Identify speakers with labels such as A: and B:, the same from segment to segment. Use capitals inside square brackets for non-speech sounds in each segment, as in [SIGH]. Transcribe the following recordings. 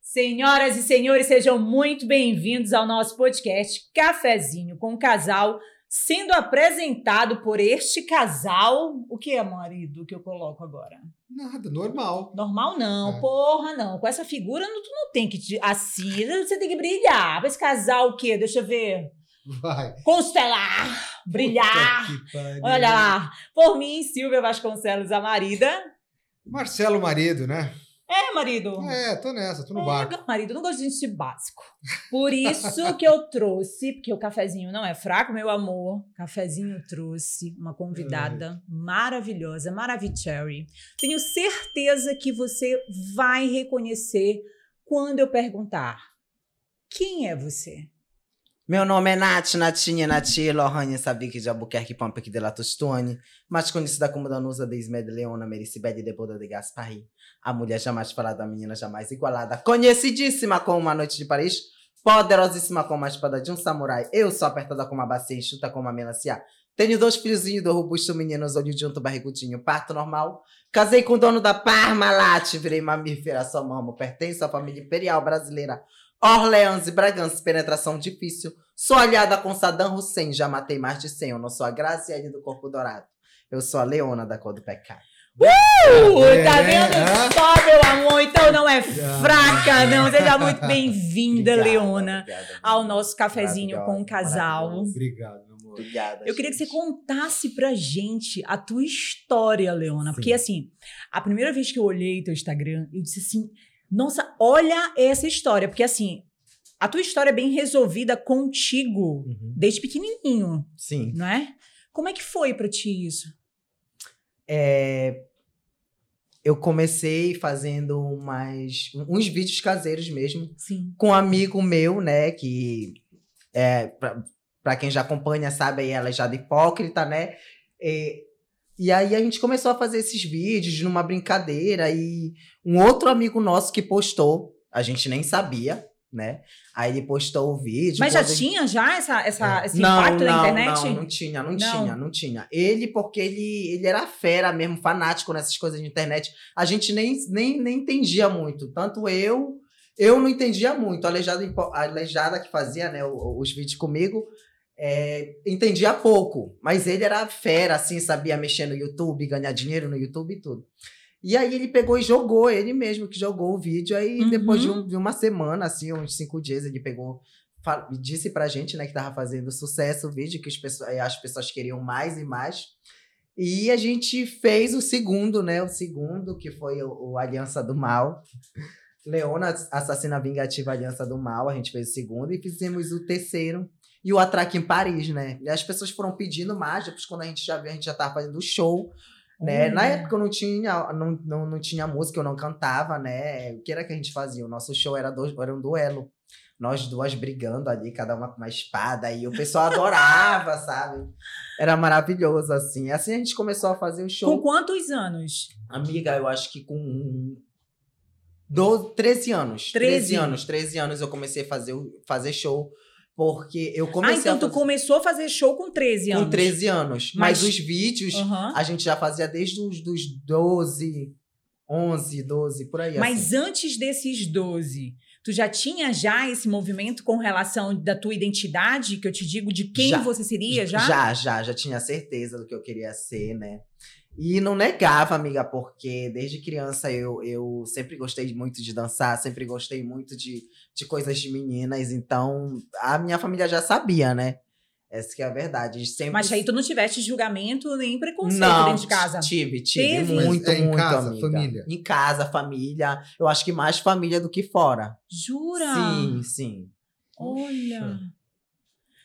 A: Senhoras e senhores, sejam muito bem-vindos ao nosso podcast Cafezinho com Casal, sendo apresentado por este casal. O que é, marido, que eu coloco agora?
B: Nada, normal. [LAUGHS]
A: Normal não,
B: É.
A: porra não. Com essa figura, não- tu não tem que... te- Assim, você tem que brilhar. Mas casal o quê? Deixa eu ver.
B: Vai.
A: Constelar, brilhar.
B: Puta que pariu.
A: Ah, Olha lá, por mim, Silvia Vasconcelos, a marida.
B: Marcelo, marido, né?
A: É, marido?
B: É, tô nessa, tô no barco.
A: Pega, marido, eu não gosto de gente básico. Por isso que eu trouxe, porque o cafezinho não é fraco, meu amor. Cafezinho trouxe uma convidada maravilhosa, Maravicherry. Tenho certeza que você vai reconhecer quando eu perguntar: quem é você?
C: Meu nome é Nath, Natinha, Nati, Lohane, Sabique de Albuquerque, Pampec de La Tostone, mais conhecida como Danusa de Ismed Leona, Mericibede de Boda de Gaspari. A mulher jamais falada, a menina jamais igualada, conhecidíssima como uma noite de Paris, poderosíssima como a espada de um samurai. Eu sou apertada como a bacia, enxuta como a melancia. Tenho dois filhozinhos do robusto menino, os olhos de um barrigudinho, parto normal. Casei com o dono da Parmalat, virei mamífera, só mamo, pertenço à família imperial brasileira. Orleans e Bragança, penetração difícil. Sou aliada com Saddam Hussein, já matei mais de 100. Eu não sou a Graciele do Corpo Dourado. Eu sou a Leona da cor do pecado.
A: Uh,
B: É,
A: tá vendo
B: é.
A: só, meu amor? Então não é
B: Obrigado.
A: fraca, não. Seja muito bem-vinda,
C: Obrigada,
A: Leona,
C: obrigada,
A: ao
C: gente.
A: nosso cafezinho com o
C: Maravilhosa,
A: casal.
C: maravilhosa.
B: Obrigado, meu amor.
C: Obrigada.
A: Eu queria que você
C: gente.
A: contasse pra gente a tua história, Leona.
C: Sim.
A: Porque, assim, a primeira vez que eu olhei teu Instagram, eu disse assim: nossa, olha essa história. Porque, assim, a tua história é bem resolvida contigo,
C: Uhum.
A: desde pequenininho,
C: Sim.
A: não é? Como é que foi pra ti isso?
C: É, Eu comecei fazendo umas, uns vídeos caseiros mesmo.
A: Sim.
C: com um amigo meu, né, que é, pra, pra quem já acompanha sabe aí, ela é já de hipócrita, né, e, e aí a gente começou a fazer esses vídeos numa brincadeira e um outro amigo nosso que postou, a gente nem sabia, né, aí ele postou o vídeo.
A: Mas já
C: postou-
A: tinha já essa, essa- esse
C: É. não,
A: impacto
C: não,
A: na internet?
C: Não, não tinha, não,
A: Não.
C: tinha, não tinha. Ele, porque ele, ele era fera mesmo, fanático nessas coisas de internet. A gente nem, nem, nem entendia muito. Tanto eu, eu não entendia muito. A aleijada, impo- a aleijada que fazia né, o- os vídeos comigo, é, entendia pouco. Mas ele era fera, assim, sabia mexer no YouTube, ganhar dinheiro no YouTube e tudo. E aí ele pegou e jogou, ele mesmo que jogou o vídeo. Aí
A: Uhum.
C: depois de, um- de uma semana, assim, uns cinco dias, ele pegou fa- disse pra gente, né, que tava fazendo sucesso o vídeo, que os pesso- eh, as pessoas queriam mais e mais. E a gente fez o segundo, né? O segundo, que foi o, o Aliança do Mal. Leona, Assassina Vingativa Aliança do Mal, a gente fez o segundo e fizemos o terceiro. E o Atraque em Paris, né? E as pessoas foram pedindo mais, depois quando a gente já viu, a gente já tava fazendo o show né? Na
A: Olha.
C: época eu não tinha, não, não, não tinha música, eu não cantava, né? O que era que a gente fazia? O nosso show era, dois, era um duelo. Nós duas brigando ali, cada uma com uma espada, e o pessoal
A: [LAUGHS]
C: adorava, sabe? Era maravilhoso, assim. Assim a gente começou a fazer o
A: Com
C: show.
A: quantos anos? Ah,
C: Amiga, eu acho que com 12, 13 anos.
A: 13.
C: 13 anos, 13 anos eu comecei a fazer, o- fazer show, porque eu
A: Ah,
C: comecei
A: então
C: a
A: tu
C: fazer
A: começou a fazer show com 13 anos.
C: com 13 anos. Mas,
A: Mas-
C: os vídeos,
A: Aham.
C: a gente já fazia desde os dos 12, 11, 12, por aí.
A: Mas
C: assim.
A: antes desses 12, tu já tinha já esse movimento com relação da tua identidade, que eu te digo de quem
C: Já.
A: você seria já?
C: Já, já, já tinha certeza do que eu queria ser, né? E não negava, amiga, porque desde criança eu, eu sempre gostei muito de dançar, sempre gostei muito de, de coisas de meninas, então a minha família já sabia, né? Essa que é a verdade. Eles Sempre...
A: Mas aí tu não tiveste julgamento nem preconceito
C: não,
A: dentro de casa.
C: Tive, tive.
A: Teve?
B: Mas
C: Muito,
B: é em
C: muito,
B: casa,
C: amiga.
B: família?
C: Em casa, família. Eu acho que mais família do que fora.
A: Jura?
C: Sim, sim.
A: Olha.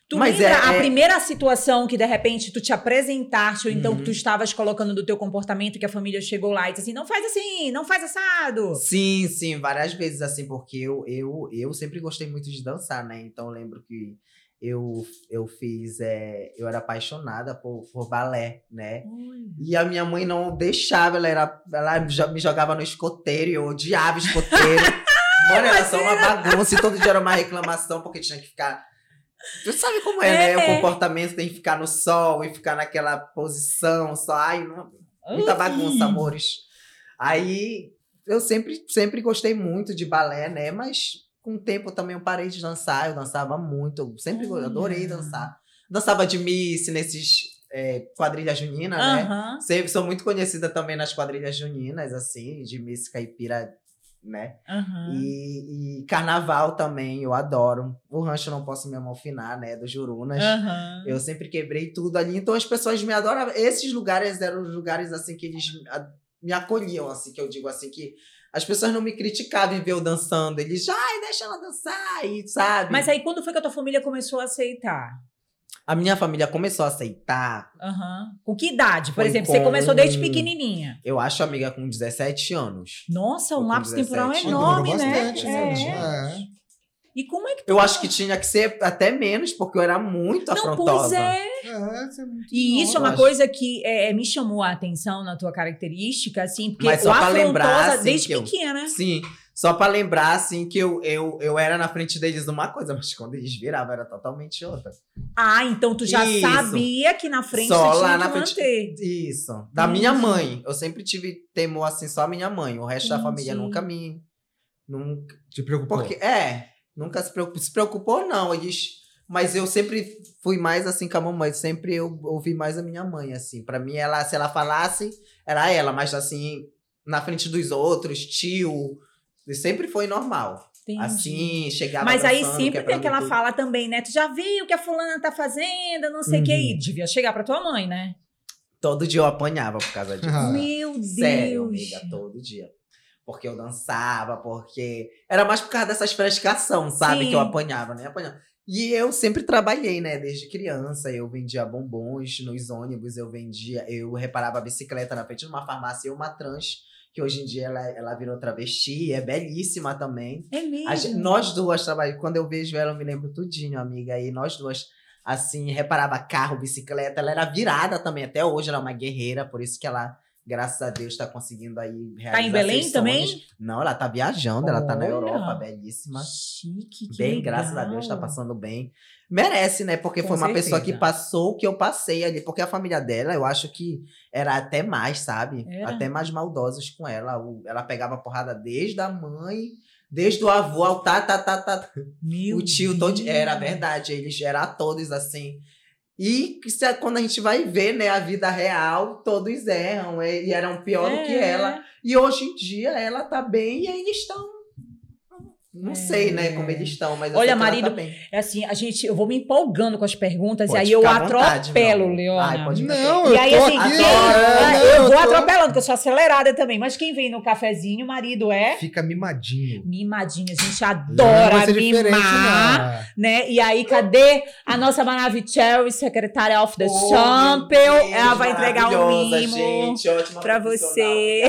A: Tu
C: Mas
A: lembra
C: é-
A: a
C: é-
A: primeira situação que de repente tu te apresentaste, ou então que tu
C: Uhum.
A: estavas colocando do teu comportamento que a família chegou lá e disse assim: não faz assim, não faz assado.
C: Sim, sim, várias vezes assim, porque eu, eu, eu sempre gostei muito de dançar, né? Então eu lembro que eu, eu fiz, é, eu era apaixonada por, por balé, né?
A: Olha.
C: E a minha mãe não deixava, ela, era, ela já me jogava no escoteiro, e eu
A: [LAUGHS]
C: odiava escoteiro. Mano, era só uma bagunça e todo dia era uma reclamação, porque tinha que ficar. Tu sabe como é,
A: É,
C: né?
A: é.
C: O comportamento tem que ficar no sol e ficar naquela posição, só, ai, não, Muita
A: Ai.
C: bagunça, amores. Aí eu sempre, sempre gostei muito de balé, né? Mas com o tempo também eu parei de dançar, eu dançava muito, eu sempre go-
A: Olha.
C: adorei dançar. Dançava de Miss nesses é, quadrilhas juninas, né?
A: Aham.
C: Sempre sou muito conhecida também nas quadrilhas juninas, assim, de Miss Caipira, né?
A: Aham.
C: E, e carnaval também, eu adoro. O rancho não posso me amalfinar, né? Do Jurunas.
A: Aham.
C: Eu sempre quebrei tudo ali, então as pessoas me adoravam. Esses lugares eram os lugares assim que eles me a- me acolhiam, assim, que eu digo assim que as pessoas não me criticavam em ver eu dançando. Eles, ai, deixa ela dançar, e sabe?
A: Mas aí quando foi que a tua família começou a aceitar?
C: a minha família começou a aceitar.
A: Aham. Com que idade? Por
C: Foi
A: exemplo, você
C: com-
A: começou desde pequenininha.
C: Eu acho amiga com 17 anos.
A: Nossa, um
C: Foi com
A: lápis temporal
C: 17.
A: enorme,
B: Demorou
A: né?
B: bastante,
A: É.
B: né? É.
A: E como é que.
C: Eu acho que tinha que ser até menos, porque eu era muito
A: Não,
C: afrontosa.
A: pois é.
B: É, isso é muito
A: E isso é
C: eu
A: uma
C: acho.
A: coisa que é, me chamou a atenção na tua característica, assim, porque
C: Mas
A: o
C: só pra lembrar,
A: afrontosa
C: assim,
A: desde
C: que eu-
A: pequena. né?
C: Sim. Só pra lembrar, assim, que eu, eu, eu era na frente deles uma coisa, [LAUGHS] mas quando eles viravam era totalmente outra.
A: Ah, então tu já
C: Isso.
A: sabia que na frente
C: Só
A: tu tinha
C: lá
A: que
C: na frente.
A: manter.
C: Isso. Da
A: Entendi.
C: minha mãe. Eu sempre tive temor assim, só a minha mãe. O resto da família
A: Entendi.
C: nunca me. Nunca,
B: Te preocupou?
C: porque, é, nunca se preocupou. Se preocupou, não. Eles, mas eu sempre fui mais assim com a mamãe. Sempre eu ouvi mais a minha mãe, assim. Pra mim, ela, se ela falasse, era ela, mas assim, na frente dos outros, tio. Sempre foi normal.
A: Entendi.
C: Assim, chegava.
A: Mas aí
C: dançando,
A: sempre tem
C: quebrando
A: aquela
C: tudo.
A: fala também, né? Tu já viu o que a fulana tá fazendo, não sei o que.
C: Uhum.
A: E devia chegar pra tua mãe, né?
C: Todo dia eu apanhava por causa disso.
B: Ah.
A: Meu Deus.
C: Sério, amiga, todo dia. Porque eu dançava, porque. Era mais por causa dessas frescação, sabe?
A: Sim.
C: Que eu apanhava, né? Apanhava. E eu sempre trabalhei, né? Desde criança. Eu vendia bombons nos ônibus, eu vendia, eu reparava a bicicleta na frente de uma farmácia e uma trans, que hoje em dia ela, ela virou travesti, é belíssima também.
A: É mesmo.
C: A gen- nós duas trabalhamos. Quando eu vejo ela, eu me lembro tudinho, amiga. E nós duas, assim, reparava carro, bicicleta. Ela era virada também. Até hoje ela é uma guerreira, por isso que ela, graças a Deus, tá conseguindo aí realizar
A: Tá em Belém
C: seus sonhos.
A: também?
C: Não, ela tá viajando, ela tá na
A: Olha!
C: Europa, belíssima.
A: Chique, que
C: Bem,
A: legal.
C: graças a Deus, tá passando bem. Merece, né? Porque
A: Com
C: foi uma pessoa que
A: certeza.
C: passou o que eu passei ali. Porque a família dela, eu acho que era até mais, sabe?
A: Era.
C: Até mais maldosos com ela. O- Ela pegava porrada desde a mãe, desde o avô ao tá, tá, tá, tá.
A: Meu
C: o tio todo.
A: Deus.
C: Era verdade, eles eram todos assim. E que se- quando a gente vai ver, né, a vida real, todos erram e e eram pior do que
A: É.
C: ela. E hoje em dia ela tá bem e eles estão. Não
A: É.
C: sei, né, como eles estão, mas eu
A: Olha,
C: sei que ela
A: marido,
C: tá bem.
A: É assim, a gente, eu vou me empolgando com as perguntas e
C: Pode
A: aí eu
C: ficar à vontade,
A: atropelo,
C: meu amor. Ai,
A: Leona.
C: pode
A: E
B: Não, eu
A: aí,
B: tô
A: assim,
B: aqui.
A: quem-
B: é,
A: Ah,
B: não,
A: eu vou
B: tô-
A: atropelando, porque eu sou acelerada também. Mas quem vem no cafezinho, o marido é
B: Fica mimadinho.
A: mimadinha. A gente
B: Não vai
A: adora
B: ser diferente,
A: mimar.
B: não.
A: né? E aí, cadê a nossa Maravicherry, secretária of the
C: Oh,
A: Champion?
C: meu Deus,
A: Ela vai entregar um
C: maravilhosa,
A: mimo
C: gente, ótima
A: pra
C: profissional.
A: você.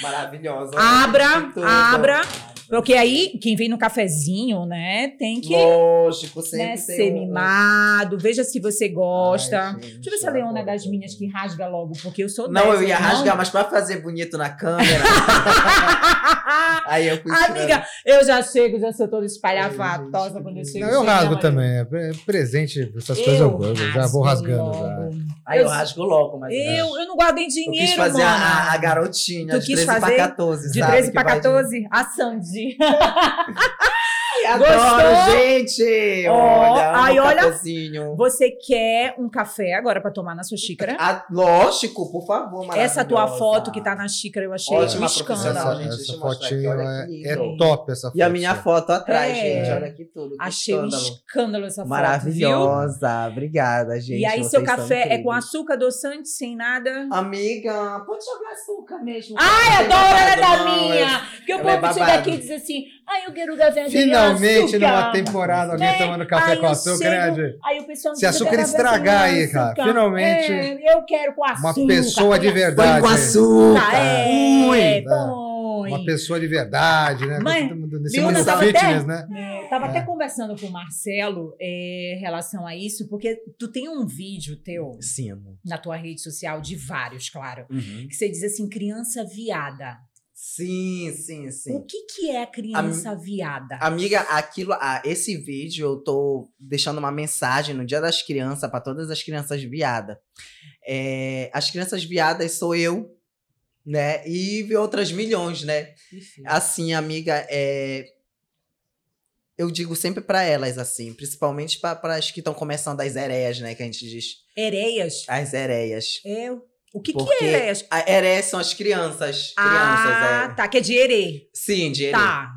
C: Maravilhosa.
A: Abra,
C: gente, tudo.
A: abra, Porque aí, quem vem no cafezinho, né, tem que
C: Lógico, sempre
A: né,
C: tem
A: ser
C: um-
A: mimado. Veja se você gosta.
C: Ai, gente,
A: Deixa eu ver se a Leona é
C: adoro.
A: das minhas que rasga logo, porque eu sou
C: Não,
A: dessas,
C: eu ia
A: não?
C: rasgar, mas pra fazer bonito
A: [LAUGHS]
C: na câmera. aí eu fui tirando.
A: Ah, Amiga, eu já chego, já sou toda
C: Ai,
A: espalhafatosa
C: gente.
A: quando eu chego.
B: Não, eu
A: chego,
B: rasgo
A: né,
B: também. É pre- presente, essas
A: Maria?
B: coisas eu gosto. eu Já
A: rasgo
B: vou rasgando já.
A: logo.
C: Aí eu,
A: eu-
C: rasgo logo, mas.
A: Eu, eu não guardo em
C: Eu
A: dinheiro,
C: quis fazer a-
A: mano.
C: a, a garotinha,
A: Tu
C: de
A: quis
C: 13 pra
A: fazer
C: 14,
A: De
C: sabe?
A: 13
C: Que
A: pra
C: vai de-
A: 14, a Sandy.
C: Ai, Adoro,
A: Gostou?
C: gente!
A: Ó,
C: olha, amo
A: ai, olha-
C: cafezinho.
A: Você quer um café agora pra tomar na sua
C: [LAUGHS]
A: xícara?
C: Ah, lógico, por favor,
A: Essa tua
C: maravilhosa.
A: foto que tá na xícara eu achei
C: Ótima
A: um
C: profissional,
A: escândalo.
B: Essa,
C: gente,
B: essa
C: deixa eu mostrar aqui,
B: fotinho
C: olha
B: é,
C: que
B: é
A: lindo.
B: top essa foto.
C: E a minha foto atrás,
A: É.
C: gente. Olha que tudo. Que
A: Achei um
C: escândalo.
A: escândalo essa foto. viu?
C: Maravilhosa. Obrigada, gente.
A: E aí, seu
C: vocês são
A: café é com
C: incríveis.
A: açúcar adoçante, sem nada?
C: Amiga, pode jogar açúcar mesmo.
A: Ai,
C: Não tem
A: adoro, ela é da
C: babado, não,
A: minha! Porque o
C: ela é
A: povo chega
C: babado.
A: aqui e diz assim, ai, eu quero café sem
B: Finalmente,
A: açúcar.
B: numa temporada, alguém
A: É,
B: tomando café
A: aí
B: com
A: eu
B: açúcar,
A: chego-
B: né, Adi?
A: Aí o pessoal me
B: Se
A: diz, eu quero
B: açúcar
A: café sem
B: estragar aí,
A: açúcar.
B: cara, finalmente
A: É, eu quero com açúcar.
B: uma pessoa de
A: com
C: Põe
B: verdade. né?
C: com açúcar.
A: açúcar. É,
C: Ui.
A: põe.
B: Uma pessoa de verdade, né?
A: Mas,
B: Todo mundo Nesse
A: viu,
B: mundo
A: nós tava
B: fitness, né?
A: Eu tava
B: É.
A: até conversando com o Marcelo é, em relação a isso, porque tu tem um vídeo teu
C: Sim, amor. Uhum.
A: na tua rede social, de vários, claro, que você diz assim, criança viada.
C: Sim, sim, sim.
A: O que que é a criança viada?
C: Amiga, aquilo, ah, esse vídeo eu tô deixando uma mensagem no Dia das Crianças É, para todas as crianças viadas. as crianças viadas sou eu, né? E outras milhões, né? Assim, amiga, é, eu digo sempre pra elas, assim, principalmente para as que estão começando as hereias, né? Que a gente diz.
A: Ereias?
C: As hereias.
A: Eu. O que, que
C: Porque
A: é ereias?
C: A heréia são as crianças. Crianças,
A: ah,
C: é.
A: tá, que é de erê.
C: Sim, de herê.
A: Tá.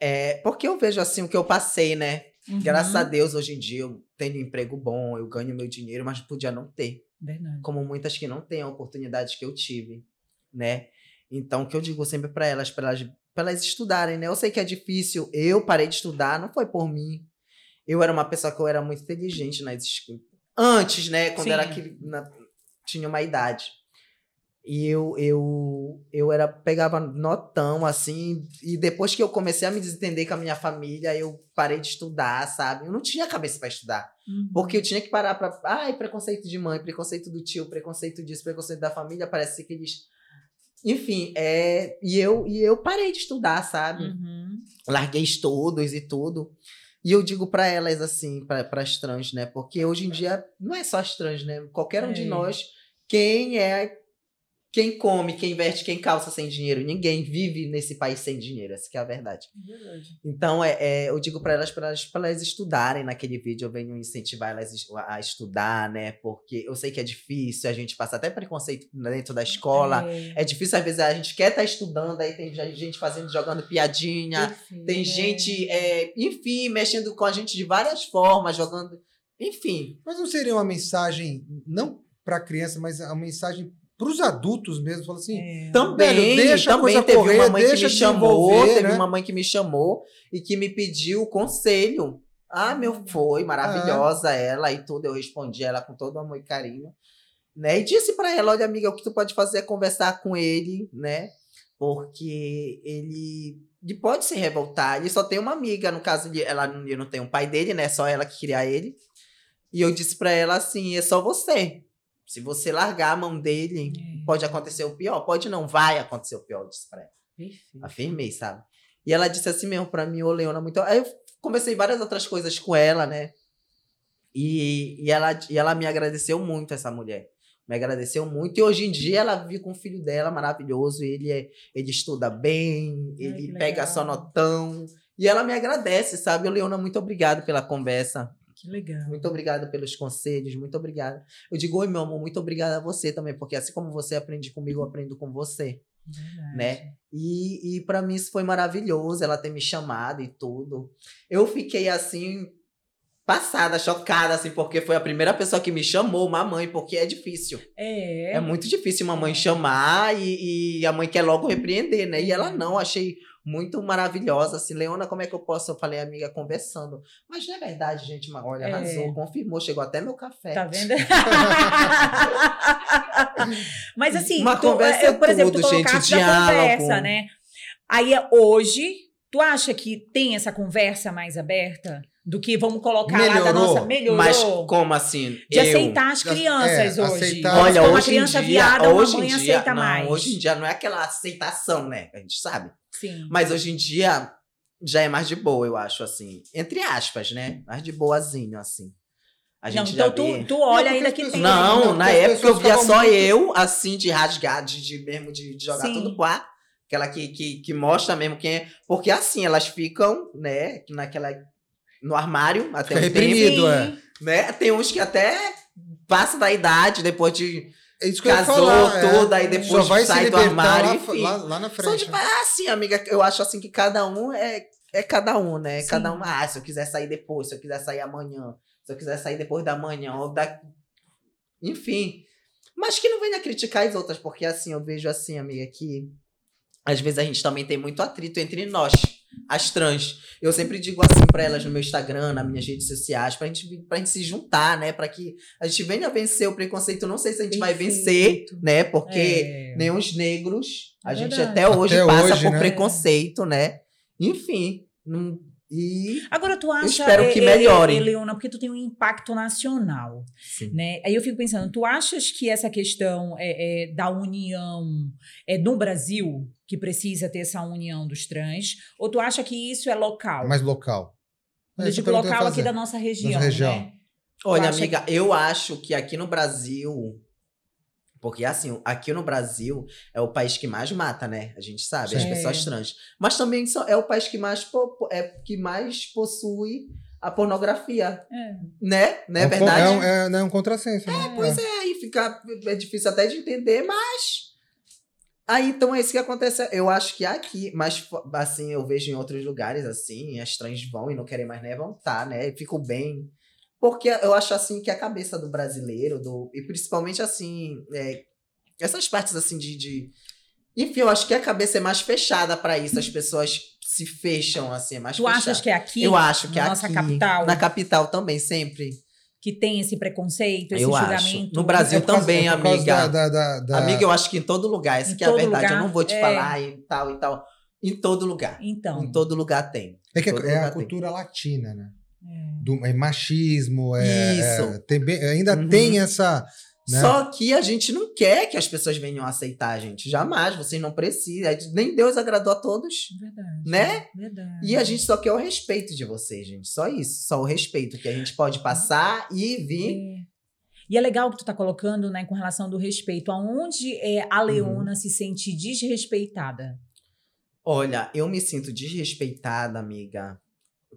C: É, porque eu vejo assim o que eu passei, né?
A: Uhum.
C: Graças a Deus, hoje em dia eu tenho um emprego bom, eu ganho meu dinheiro, mas podia não ter.
A: Verdade.
C: Como muitas que não têm a oportunidade que eu tive, né? Então, o que eu digo sempre pra elas, pra elas, pra elas estudarem, né? Eu sei que é difícil, eu parei de estudar, não foi por mim. Eu era uma pessoa que eu era muito inteligente nas escolas. Antes, né? Quando
A: Sim.
C: era aquele. na- tinha uma idade. E eu, eu, eu era, pegava notão, assim, e depois que eu comecei a me desentender com a minha família, eu parei de estudar, sabe? Eu não tinha cabeça pra estudar.
A: Uhum.
C: Porque eu tinha que parar pra. Ai, preconceito de mãe, preconceito do tio, preconceito disso, preconceito da família, parece que eles. Enfim, é, e, eu, e eu parei de estudar, sabe?
A: Uhum.
C: Larguei estudos e tudo. E eu digo pra elas assim, para as trans, né? Porque hoje em dia não é só as trans, né? Qualquer um de
A: É.
C: nós, quem é. Quem come, quem veste, quem calça sem dinheiro. Ninguém vive nesse país sem dinheiro, essa que é a verdade. Então, é, é, eu digo para elas, para elas, pra elas estudarem naquele vídeo, eu venho incentivar elas es- a estudar, né? Porque eu sei que é difícil, a gente passa até preconceito dentro da escola.
A: É.
C: É, difícil, às vezes, a gente quer estar estudando, aí tem já gente fazendo, jogando piadinha,
A: Perfeito.
C: tem
A: É.
C: gente, é, enfim, mexendo com a gente de várias formas, jogando. Enfim.
B: Mas não seria uma mensagem, não pra criança, mas uma mensagem pros adultos mesmo? Fala assim,
A: É.
C: Também,
B: Velho, deixa a
C: também
B: coisa
C: teve
B: correr,
C: uma mãe que
B: deixa
C: me
B: se
C: chamou,
B: envolver,
C: teve
B: né?
C: uma mãe que me chamou e que me pediu conselho. Ah, meu, foi maravilhosa
B: Ah.
C: ela e tudo. Eu respondi ela com todo amor e carinho, né? E disse pra ela, olha amiga, o que tu pode fazer é conversar com ele, né? Porque ele, ele pode se revoltar. Ele só tem uma amiga, no caso de ela não- ele não tem um pai dele, né? Só ela que cria ele. E eu disse pra ela assim, é só você. Se você largar a mão dele,
A: É.
C: pode acontecer o pior, pode não, vai acontecer o pior, eu disse pra ela.
A: Perfeito.
C: Afirmei, sabe? E ela disse assim mesmo pra mim, ô Leona, muito. Aí eu comecei várias outras coisas com ela, né? E, e, ela, e ela me agradeceu muito, essa mulher. Me agradeceu muito. E hoje em dia ela vive com o filho dela maravilhoso. Ele, é, ele estuda bem,
A: Ai,
C: ele
A: que
C: pega
A: legal.
C: só notão. E ela me agradece, sabe? Ô, Leona, muito obrigado pela conversa.
A: Que legal.
C: Muito obrigada pelos conselhos, muito obrigada. Eu digo, oi, meu amor, muito obrigada a você também, porque assim como você aprende comigo, eu aprendo com você,
A: Verdade.
C: né? E, e para mim isso foi maravilhoso, ela ter me chamado e tudo. Eu fiquei assim, passada, chocada, assim, porque foi a primeira pessoa que me chamou, mamãe, porque é difícil.
A: É.
C: É muito difícil uma mãe chamar e, e a mãe quer logo repreender, né? E ela
A: Uhum.
C: não, achei muito maravilhosa. Assim, Leona, como é que eu posso? Eu falei, amiga, conversando. Mas não é verdade, gente. Mas olha,
A: É.
C: arrasou, confirmou, chegou até meu café.
A: Tá vendo? [LAUGHS] Mas assim,
C: Uma
A: tu-
C: conversa
A: eu, por
C: é
A: exemplo, tu
C: tudo, gente,
A: colocaste da
C: diálogo.
A: conversa, né? Aí é hoje, tu acha que tem essa conversa mais aberta do que vamos colocar lá da
B: Melhorou.
A: nossa melhorou?
C: Mas como assim?
A: de aceitar as
B: De-
A: crianças
B: é,
A: hoje.
B: aceitar-
A: Como
B: Olha,
A: uma
C: hoje em
A: criança
C: dia-
A: viada, uma
C: hoje em
A: mãe
C: dia-
A: aceita
C: não,
A: mais.
C: Hoje em dia não é aquela aceitação, né? A gente sabe.
A: Sim.
C: Mas hoje em dia já é mais de boa, eu acho, assim. Entre aspas, né? Mais de boazinho, assim. A gente
A: não,
C: já
A: então tu,
C: vê-
A: tu olha
B: Não, porque
A: ainda
B: as
A: que tem.
B: pessoas-
C: Não,
B: Não,
C: na
B: porque as
C: época eu
B: pessoas
C: via
B: ficavam
C: só
B: muito-
C: eu, assim, de rasgar, de, de mesmo, de, de jogar
A: Sim.
C: tudo pro ar. Aquela que, que, que mostra mesmo quem é. Porque assim, elas ficam, né, naquela. No armário até
B: Fica
C: um tempo,
B: reprimido. medo, é.
C: né? Tem uns que até passa da idade, depois de
B: é isso que
C: casou
B: eu ia falar. é.
C: tudo, aí
B: Só
C: depois
B: vai se
C: sai do
B: libertar lá,
C: armário. enfim.
B: lá- lá na
C: Só de
B: frente. né?
C: assim, amiga, eu acho assim que cada um é, é cada um, né?
A: Sim.
C: Cada um, ah, se eu quiser sair depois, se eu quiser sair amanhã, se eu quiser sair depois da manhã, ou da. Enfim. Mas que não venha criticar as outras, porque assim, eu vejo assim, amiga, que às vezes a gente também tem muito atrito entre nós, as trans. Eu sempre digo assim pra elas no meu Instagram, nas minhas redes sociais, pra gente, vir- pra gente se juntar, né? Pra que a gente venha vencer o preconceito. Não sei se a gente vai vencer,
A: Perfeito.
C: né? Porque
A: É.
C: nem os negros. A gente
A: Verdade.
C: até hoje
B: Até
C: passa
B: hoje,
C: por
B: né?
C: preconceito, né? Enfim. não- E.
A: Agora tu acha
C: espero que
A: eh,
C: melhorem.
A: eh, Leona, porque tu tem um impacto nacional. né? Aí eu fico pensando, tu achas que essa questão é, é, da união é no Brasil que precisa ter essa união dos trans? Ou tu acha que isso é local?
B: Mais local.
A: Quando eu
B: É isso
A: digo
B: que eu perguntei
A: local
B: a
A: aqui
B: fazer.
A: da nossa região.
B: região.
A: Né?
C: Olha,
A: acha
C: amiga, eu acho que aqui no Brasil Porque, assim, aqui no Brasil é o país que mais mata, né? A gente sabe, as
A: Sim.
C: pessoas trans. Mas também só- é o país que mais, po- é, que mais possui a pornografia,
A: É.
C: né? Não é
B: um con-
C: verdade?
B: É um, é, não, é um contrassenso. né?
C: Pois é, aí fica. É difícil até de entender, mas. Aí, então, é isso que acontece. Eu acho que aqui, mas fo- assim, eu vejo em outros lugares, assim, as trans vão e não querem mais levantar, né? E ficam bem. Porque eu acho, assim, que a cabeça do brasileiro, do e principalmente, assim, é, essas partes, assim, de, de- Enfim, eu acho que a cabeça é mais fechada pra isso. As pessoas se fecham, assim, é mais
A: Tu achas que é aqui?
C: Eu acho que
A: na
C: é
A: nossa
C: aqui,
A: capital?
C: Na capital também, sempre.
A: que tem esse preconceito, esse
C: Eu acho.
A: julgamento.
C: No Brasil
B: por causa-
C: também,
B: é por causa
C: amiga.
B: Da, da, da, da-
C: Amiga, eu acho que em todo lugar, essa
A: Em
C: que é a
A: todo
C: verdade.
A: lugar,
C: eu não vou te
A: é.
C: falar e tal e tal. Em todo lugar.
A: Então.
C: Em todo lugar tem.
B: é que é-
C: todo
B: é
C: lugar
B: a
C: tem.
B: cultura latina, né?
A: é.
B: Do, é machismo, é,
C: Isso.
B: é, tem bem- ainda
C: Uhum.
B: tem essa. Né?
C: Só que a gente não quer que as pessoas venham aceitar a gente. Jamais, vocês não precisam. Nem Deus agradou a todos.
A: é Verdade.
C: Né?
A: Verdade.
C: E a gente só quer o respeito de vocês, gente. Só isso. Só o respeito que a gente pode
A: Uhum.
C: passar e vir.
A: É. E é legal que tu tá colocando, né, com relação do respeito. Aonde é,
B: Uhum.
A: a Leona se sente desrespeitada?
C: Olha, eu me sinto desrespeitada, amiga.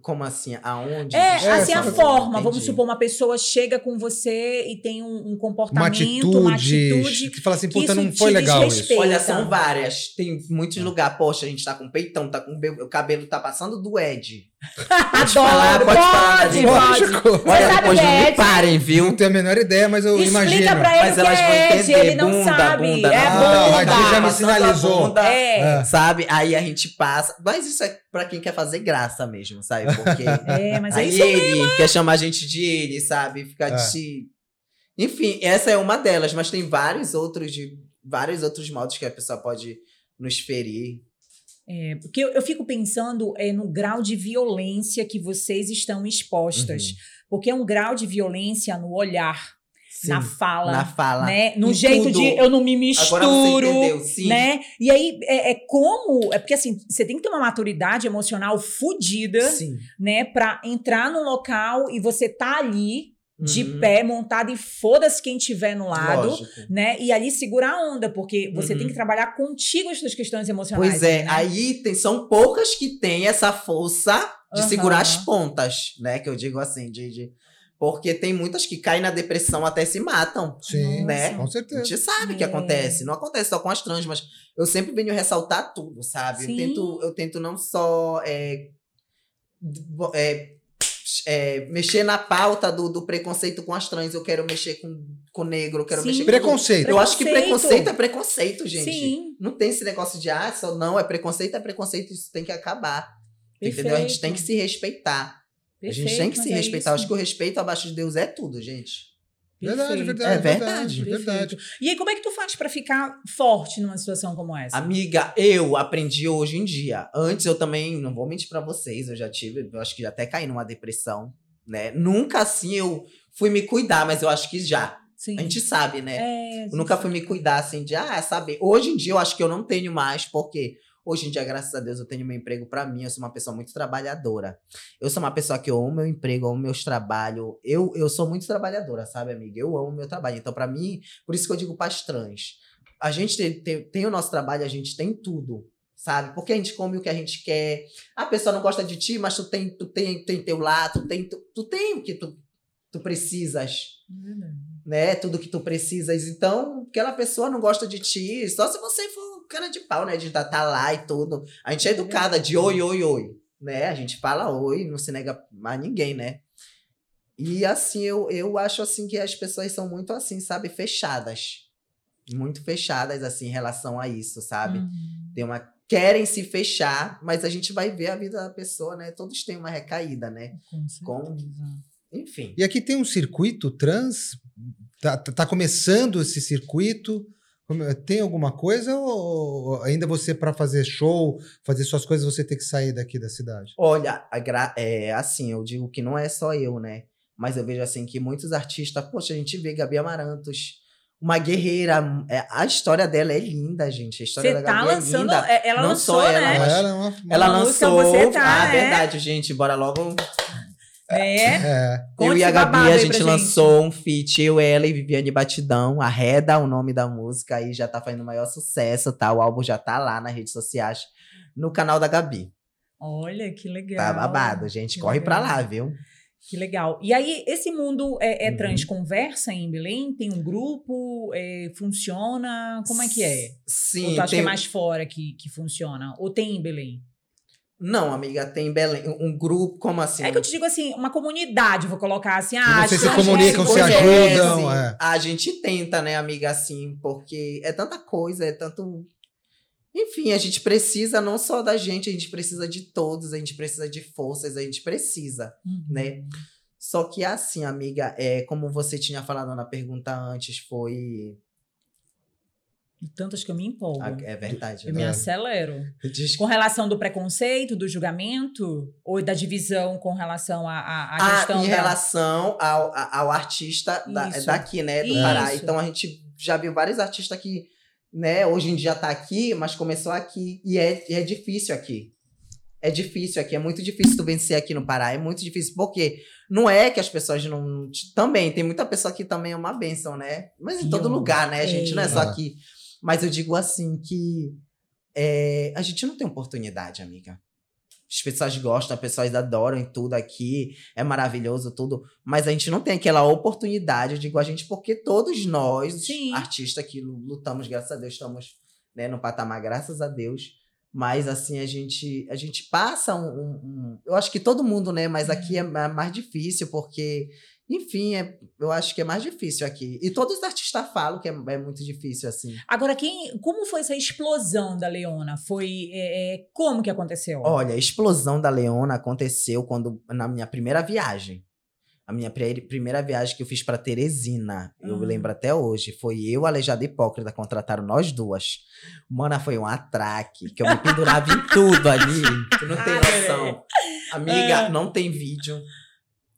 C: Como assim? Aonde?
A: É,
B: É,
A: assim, a
B: sabe?
A: forma. Vamos
C: Entendi.
A: supor, uma pessoa chega com você e tem um, um
B: uma
A: comportamento,
B: atitude,
A: uma atitude.
B: que fala assim,
A: que
B: puta,
A: isso
B: não
A: te
B: foi legal isso.
A: desrespeita.
C: Olha, são várias. Tem muitos lugares. Poxa, a gente tá com peitão, tá com. be- O cabelo tá passando
A: [LAUGHS]
C: do Ed.
A: Adoro!
C: falar, pode falar,
A: pode,
C: gente.
A: pode.
B: Lógico.
A: Você
C: Olha,
A: sabe
C: depois
A: o que é
C: não me
A: Ed?
C: parem, viu?
B: Não tenho a menor ideia, mas eu
A: Explica
B: imagino.
A: pra ele
C: Mas
A: que
C: elas vão
A: é Ed,
C: entender.
A: ele não
C: Bunda,
A: sabe.
C: bunda.
A: é
B: Ah,
A: bunda.
B: o Radir já me
C: Passando a
B: sinalizou.
C: bunda,
A: É.
B: Ah.
C: Sabe? Aí a gente passa. Mas isso é pra quem quer fazer graça mesmo, sabe? Porque.
B: Ah.
A: É, [LAUGHS] mas é
C: aí
A: isso
C: ele quer chamar a gente de ele, sabe? Ficar
B: É.
C: de. Enfim, essa é uma delas, mas tem vários outros de. Vários outros modos que a pessoa pode nos ferir.
A: É, porque eu, eu fico pensando é, no grau de violência que vocês estão expostas.
B: Uhum.
A: Porque é um grau de violência no olhar, na fala,
C: na fala.
A: né? No
C: em
A: jeito
C: tudo.
A: de eu não me misturo.
C: Agora você entendeu, sim.
A: Né? E aí, é, é como. É porque assim, você tem que ter uma maturidade emocional fodida,
C: Sim.
A: né? Pra entrar num local e você tá ali, de
C: Uhum.
A: pé, montado, e foda-se quem tiver no lado.
C: Lógico.
A: Né? E ali segurar a onda, porque você
C: Uhum.
A: tem que trabalhar contigo as suas questões emocionais.
C: Pois é,
A: né?
C: aí tem, são poucas que têm essa força de
A: Aham.
C: segurar as pontas, né? Que eu digo assim, de, de- porque tem muitas que caem na depressão até se matam.
B: Sim,
C: Né?
B: com
C: A
B: certeza.
C: gente sabe que
A: É.
C: acontece. Não acontece só com as trans, mas eu sempre venho ressaltar tudo, sabe? Eu
A: Sim.
C: tento, eu tento não só é, bo- é, é, mexer na pauta do, do preconceito com as trans, eu quero mexer com o negro, eu quero
A: Sim.
C: mexer com tudo.
B: Preconceito.
C: Eu acho que
A: Preconceito.
C: preconceito é preconceito, gente.
A: Sim.
C: Não tem esse negócio de, ah, só não, é preconceito, é preconceito, isso tem que acabar. Entendeu? A gente tem que se respeitar. a gente tem que se
A: é
C: respeitar. Acho que o respeito abaixo de Deus é tudo, gente.
B: Verdade, verdade,
C: É verdade,
B: verdade, verdade.
A: E aí, como é que tu faz pra ficar forte numa situação como essa?
C: Amiga, eu aprendi hoje em dia. Antes eu também, não vou mentir pra vocês, eu já tive, eu acho que já até caí numa depressão, né? Nunca assim eu fui me cuidar, mas eu acho que já.
A: Sim.
C: A gente sabe, né?
A: É,
C: Eu nunca fui me cuidar assim de, ah, saber. Hoje em dia eu acho que eu não tenho mais, porque hoje em dia, graças a Deus, eu tenho meu emprego pra mim. Eu sou uma pessoa muito trabalhadora. Eu sou uma pessoa que eu amo meu emprego, eu amo meus trabalhos. Eu, eu sou muito trabalhadora, sabe, amiga? Eu amo meu trabalho. Então, pra mim, por isso que eu digo pras trans. A gente tem, tem, tem o nosso trabalho, a gente tem tudo. Sabe? Porque a gente come o que a gente quer. A pessoa não gosta de ti, mas tu tem, tu tem, tem teu lá, tu tem, tu, tu tem o que tu, tu precisas
A: Verdade.
C: né? Tudo que tu precisas. Então, aquela pessoa não gosta de ti. Só se você for cara de pau, né? De tá, tá lá e tudo. A gente é educada de oi, oi, oi. Né? A gente fala oi, não se nega a ninguém, né? E assim, eu, eu acho assim que as pessoas são muito assim, sabe, fechadas. Muito fechadas, assim, em relação a isso, sabe?
A: Uhum.
C: Tem uma. Querem se fechar, mas a gente vai ver a vida da pessoa, né? Todos têm uma recaída, né?
A: Com certeza.
C: Com- Enfim.
B: E aqui tem um circuito trans. Tá, tá- tá começando esse circuito. Como- Tem alguma coisa ou ainda você, para fazer show, fazer suas coisas, você tem que sair daqui da cidade?
C: Olha, a gra- é, assim, eu digo que não é só eu, né? Mas eu vejo assim que muitos artistas, poxa, a gente vê Gabi Amarantos, uma guerreira, é, a história dela é linda, gente. A história
A: Você
C: da
A: tá
C: Gabi é
A: lançando.
C: linda.
A: é- Ela
C: Não
A: lançou,
C: só ela,
A: né?
C: mas-
B: Ela é uma- uma-
C: Ela
A: uma música
C: lançou, um
A: você tá,
C: ah,
A: é?
C: verdade, gente, bora logo. [LAUGHS]
A: É.
B: É.
A: Conte
C: eu e a
A: esse babado
C: Gabi, a
A: aí
C: gente
A: pra
C: lançou um feat, eu, ela e Viviane Batidão, arreda o nome da música e já tá fazendo o maior sucesso, tá? O álbum já tá lá nas redes sociais, no canal da Gabi.
A: Olha, que legal.
C: Tá babado, gente. Corre pra lá, viu?
A: Que legal. E aí, esse mundo é, é
C: Uhum.
A: trans conversa em Belém? Tem um grupo? É, funciona? Como é que é? Ou
C: Sim,
A: tu acha
C: tem...
A: que é mais fora que, que funciona? Ou tem em Belém?
C: Não, amiga, tem em Belém. Um um grupo, como assim?
A: É que eu te digo assim, uma comunidade, vou colocar assim.
B: E
A: Ah,
B: vocês se
A: trans-
B: comunicam,
A: é,
B: se
A: pois é.
B: ajudam, é.
C: A gente tenta, né, amiga, assim, porque é tanta coisa, é tanto. Enfim, a gente precisa não só da gente, a gente precisa de todos, a gente precisa de forças, a gente precisa.
A: Uhum.
C: né? Só que assim, amiga, é como você tinha falado na pergunta antes, foi.
A: De Tantas que eu me empolgo.
C: Ah, É verdade.
A: Eu
C: né?
A: me
B: É.
A: acelero.
C: Desculpa.
A: Com relação do preconceito, do julgamento, ou da divisão com relação à à- à
C: Ah,
A: questão
C: em
A: da-
C: relação ao, a- ao artista da-
A: Isso.
C: daqui, né? Do Pará.
A: Isso.
C: Então a gente já viu vários artistas que, né, hoje em dia tá aqui, mas começou aqui. E é, e é difícil aqui. É difícil aqui, é muito difícil tu vencer aqui no Pará. É muito difícil, porque não é que as pessoas não. não te- Também, tem muita pessoa que também é uma bênção, né? Mas em
A: Sim,
C: todo
A: eu-
C: lugar, né, gente? Não é só
B: É.
C: aqui. Mas eu digo assim que é, a gente não tem oportunidade, amiga. As pessoas gostam, as pessoas adoram e tudo aqui, é maravilhoso tudo, mas a gente não tem aquela oportunidade, eu digo a gente, porque todos nós,
A: Sim.
C: artistas que lu- lutamos, graças a Deus, estamos né, no patamar, graças a Deus, mas assim, a gente, a gente passa um, um- um- Eu acho que todo mundo, né, mas aqui é ma- mais difícil, porque, enfim, é- eu acho que é mais difícil aqui. E todos os artistas falam que é, é muito difícil, assim.
A: Agora, quem, como foi essa explosão da Leona? Foi é, é, como que aconteceu?
C: Olha, a explosão da Leona aconteceu quando na minha primeira viagem. A minha pri- primeira viagem que eu fiz pra Teresina, eu
A: Hum.
C: me lembro até hoje, foi eu, Aleijada e Hipócrita, contrataram nós duas. Mana, foi um atraque, que eu me pendurava em tudo ali. Tu não tem
A: Ah,
C: noção. Amiga,
A: É.
C: não tem vídeo.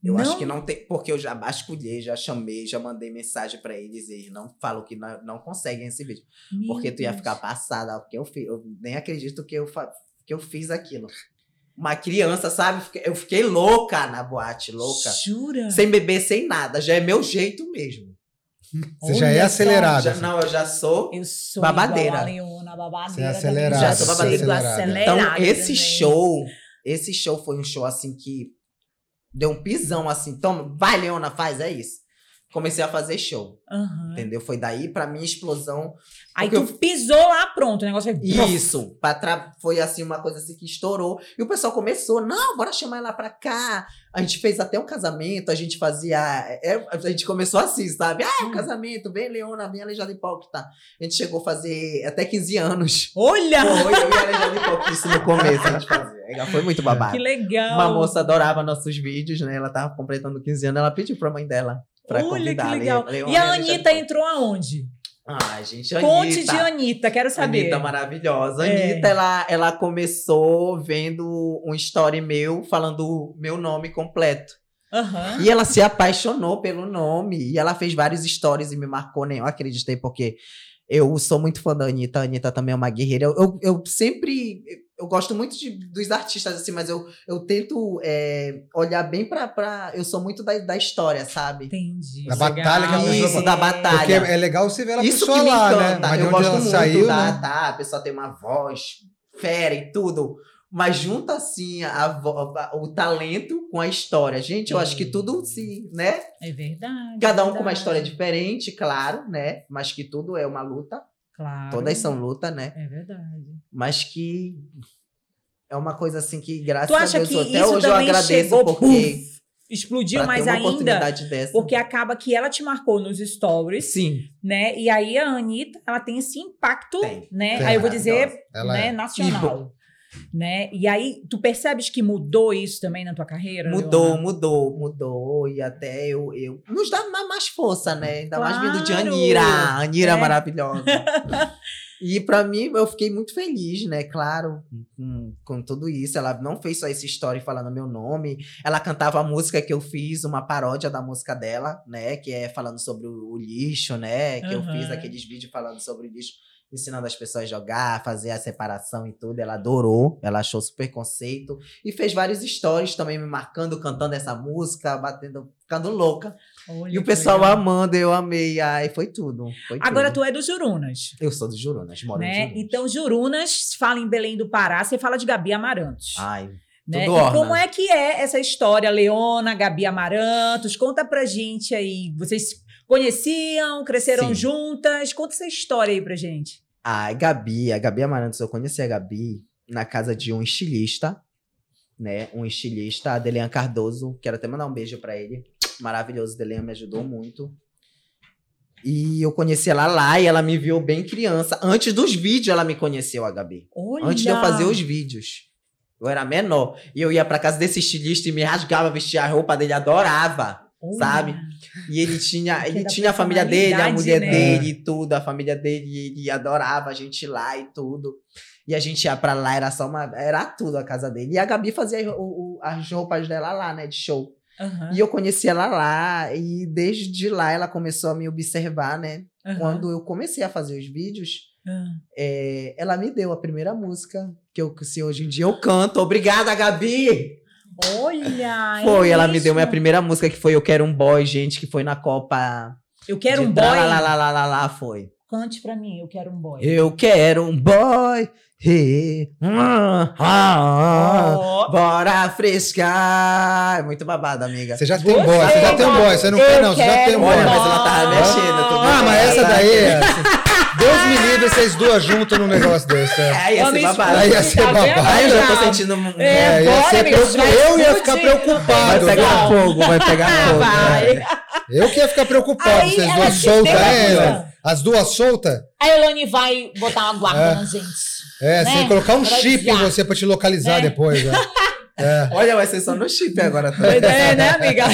C: Eu acho que é não tem, porque eu já basculhei, já chamei, já mandei mensagem pra eles e eles não falam que não, não conseguem esse vídeo.
A: Meu
C: Porque tu ia
A: Deus.
C: ficar passada, porque eu fiz. Eu nem acredito que eu, fa- que eu fiz aquilo. Uma criança, sabe? Fiquei- Eu fiquei louca na boate, louca.
A: Jura?
C: Sem beber, sem nada. Já é meu jeito mesmo.
B: Você já é
A: Olha só,
B: acelerada.
A: assim.
C: Já, não, eu já sou.
A: Eu sou
C: Babadeira.
A: igual a Leona, babadeira.
B: Você é
A: também.
B: acelerada,
A: Já sou
C: você é
A: babadeira.
B: acelerada.
A: acelerada
C: Então, esse
A: também.
C: show, esse show foi um show assim que deu um pisão assim. Toma, vai, Leona, faz, é isso. Comecei a fazer show,
A: Aham.
C: entendeu? Foi daí pra minha explosão
A: Aí
C: Porque
A: tu pisou lá, pronto. O negócio foi...
C: Isso, pra tra- foi assim uma coisa assim que estourou. E o pessoal começou, não, bora chamar ela pra cá. A gente fez até um casamento, a gente fazia. é, a gente começou assim, sabe? Ah,
A: Hum.
C: um casamento, vem Leona, vem é Aleijada Hipócrita. tá." A gente chegou a fazer até
A: [LAUGHS]
C: 15 anos.
A: Olha!
C: Foi, eu e a Aleijada Hipócrita, isso no começo a gente fazia. Foi muito babado.
A: Que legal.
C: Uma moça adorava nossos vídeos, né? Ela tava completando 15 anos, ela pediu pra mãe dela. Pra
A: Olha,
C: convidar
A: que
C: a Le-
A: legal.
C: Leona
A: E a
C: Aleijada
A: Anitta
C: Hipócrita.
A: entrou aonde?
C: Ai, gente,
A: Conte de
C: Anitta.
A: Anitta, quero saber.
C: Anitta maravilhosa.
A: É.
C: Anitta, ela, ela começou vendo um story meu falando o meu nome completo.
A: Aham.
C: E ela se apaixonou pelo nome. E ela fez vários stories e me marcou, nem eu acreditei, porque eu sou muito fã da Anitta. A Anitta também é uma guerreira. Eu, eu, eu sempre. Eu gosto muito de- dos artistas, assim, mas eu, eu tento é, olhar bem pra, pra. Eu sou muito da, da história, sabe?
A: Entendi.
B: Da batalha que a pessoa-
C: Isso, da batalha.
B: Porque é legal você ver ela
C: Isso
B: pessoa
C: que me
B: lá, né?
C: encanta.
B: Mas de
C: eu
B: onde
C: gosto
B: ela
C: muito
B: saiu,
C: da,
B: né?
C: tá, a pessoa tem uma voz fera e tudo. Mas junta assim a vo- a- o talento com a história. Gente, eu acho que tudo se, né?
A: É verdade.
C: Cada um
A: verdade.
C: com uma história diferente, claro, né? Mas que tudo é uma luta.
A: Claro.
C: Todas são luta, né?
A: É verdade.
C: Mas que é uma coisa assim que graças
A: Tu
C: a
A: acha
C: Deus
A: que
C: até
A: isso
C: hoje eu
A: também
C: agradeço
A: chegou,
C: porque
A: puf, explodiu
C: pra
A: mais
C: ter uma
A: ainda?
C: oportunidade dessa.
A: Porque acaba que ela te marcou nos stories,
C: sim,
A: né? E aí a Anitta, ela tem esse impacto,
C: Tem.
A: né?
B: Tem.
A: Aí eu vou dizer,
B: Ela
A: né,
B: é.
A: nacional. Né? E aí, tu percebes que mudou isso também na tua carreira? né?
C: Mudou,
A: Leona?
C: mudou, mudou. E até eu. eu nos dá ma- mais força, né? Ainda mais vindo de
A: Claro!
C: Anira. Anira
A: É. [LAUGHS]
C: maravilhosa. e pra mim, eu fiquei muito feliz, né? Claro, com, com tudo isso. Ela não fez só essa história falando meu nome. Ela cantava a música que eu fiz, uma paródia da música dela, né? Que é falando sobre o, o lixo, né? Que eu
A: Aham.
C: fiz aqueles vídeos falando sobre o lixo. ensinando as pessoas a jogar, fazer a separação e tudo. Ela adorou, ela achou super conceito e fez vários stories também me marcando, cantando essa música, batendo, ficando louca.
A: Olha
C: E o
A: que
C: pessoal
A: legal.
C: amando, eu amei. Ai, foi tudo. foi
A: Agora
C: tudo.
A: tu é do Jurunas.
C: Eu sou do Jurunas, moro
A: né?
C: em Jurunas.
A: Então, Jurunas, fala em Belém do Pará, você fala de Gabi Amarantos.
C: Ai,
A: né?
C: tudo
A: E
C: orna.
A: como é que é essa história, Leona, Gabi Amarantos? Conta pra gente aí. Vocês se conheciam, cresceram
C: Sim.
A: juntas? Conta essa história aí pra gente.
C: Ai, Gabi, a Gabi Amarantos, eu conheci a Gabi na casa de um estilista, né? Um estilista, Adelian Cardoso. Quero até mandar um beijo pra ele. Maravilhoso, Adelian me ajudou muito. E eu conheci ela lá e ela me viu bem criança. Antes dos vídeos, ela me conheceu, a Gabi.
A: Olha.
C: Antes de eu fazer os vídeos. Eu era menor. E eu ia pra casa desse estilista e me rasgava, vestia a roupa dele, adorava.
A: Olha.
C: sabe? E ele tinha,
A: Porque
C: ele
A: da
C: tinha a família dele, a mulher
A: personalidade,
B: né?
C: dele e tudo, a família dele, e ele adorava a gente lá e tudo. E a gente ia pra lá, era só uma. Era tudo a casa dele. E a Gabi fazia o- o- as roupas dela lá, né, de show.
A: Aham,
C: E eu conheci ela lá, e desde lá ela começou a me observar, né?
A: aham,
C: Quando eu comecei a fazer os vídeos,
A: aham.
C: é, ela me deu a primeira música, que eu, se hoje em dia eu canto. Obrigada, Gabi!
A: Olha. é
C: [LAUGHS] Foi, ela me deu minha
A: mesmo?
C: primeira música, que foi Eu Quero Um Boy, gente, que foi na Copa
A: Eu quero
C: de
A: um boy.
C: Lá, lá, lá, lá, lá, lá, foi.
A: Cante pra mim, eu quero um boy.
C: Eu quero um boy. eh, ah, ah, ah,
A: Ó,
C: Bora frescar. É muito babado, amiga.
B: Você já tem um boy, você já tem um boy, você não
A: eu
B: quer, não, você já tem
A: quero
B: um boy.
C: Olha, mas ela tava
A: boy.
C: mexendo, eu tô
B: Ah, mas essa daí. é- Deus me livre vocês duas juntas num negócio desse. é.
C: Aí ia
A: Homem
C: ser babado.
B: Aí ia ser
A: tá vendo?
B: babado.
C: Aí eu já tô
A: Não.
C: sentindo um. um-
A: É,
B: É, ia
A: bora,
B: ser
A: amigo,
B: preocup-
A: vai é
B: eu ia
A: discutir.
B: ficar
C: Vai
B: preocupado.
A: né?
C: pegar
A: Não.
C: fogo, vai pegar
A: Ah,
C: fogo.
A: vai.
C: né?
B: Eu que ia ficar preocupado,
A: Aí
B: vocês
A: ela
B: duas
A: se
B: soltas,
A: pega
B: é,
A: com
B: Elane? As duas soltas?
A: A Elane vai botar uma guarda
B: É.
A: na gente.
B: É,
A: Né?
B: você ia colocar um
A: Ela
B: chip em
A: desviar.
B: você pra te localizar
A: Né? [LAUGHS]
B: depois. né? É.
C: Olha, vai ser só no chip agora. Tá?
A: Pois é, né, [LAUGHS] amiga?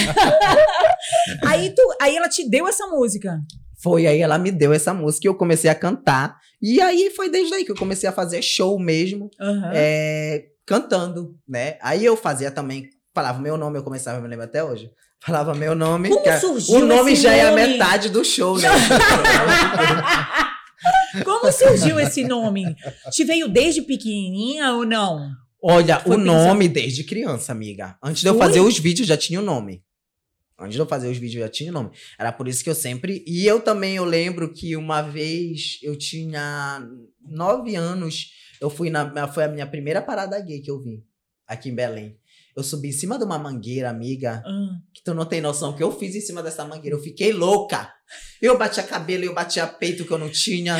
A: aí, tu, aí ela te deu essa música.
C: Foi aí ela me deu essa música e eu comecei a cantar. E aí foi desde aí que eu comecei a fazer show mesmo. é, cantando, né? Aí eu fazia também, falava meu nome, eu começava, eu me lembro até hoje. Falava meu nome.
A: Como
C: que a-
A: surgiu
C: o nome
A: esse
C: já é a
A: nome?
C: metade do show, né?
A: [LAUGHS] Como surgiu esse nome? Te veio desde pequenininha ou não?
C: Olha,
A: Foi
C: o nome desde criança, amiga. Antes de eu
A: Foi?
C: fazer os vídeos, já tinha o nome. Antes de eu fazer os vídeos, já tinha o nome. Era por isso que eu sempre. E eu também, eu lembro que uma vez eu tinha nove anos, eu fui na. Foi a minha primeira parada gay que eu vi aqui em Belém. Eu subi em cima de uma mangueira, amiga.
A: Ah,
C: que tu não tem noção o que eu fiz em cima dessa mangueira. Eu fiquei louca. Eu batia cabelo, eu batia peito que eu não tinha.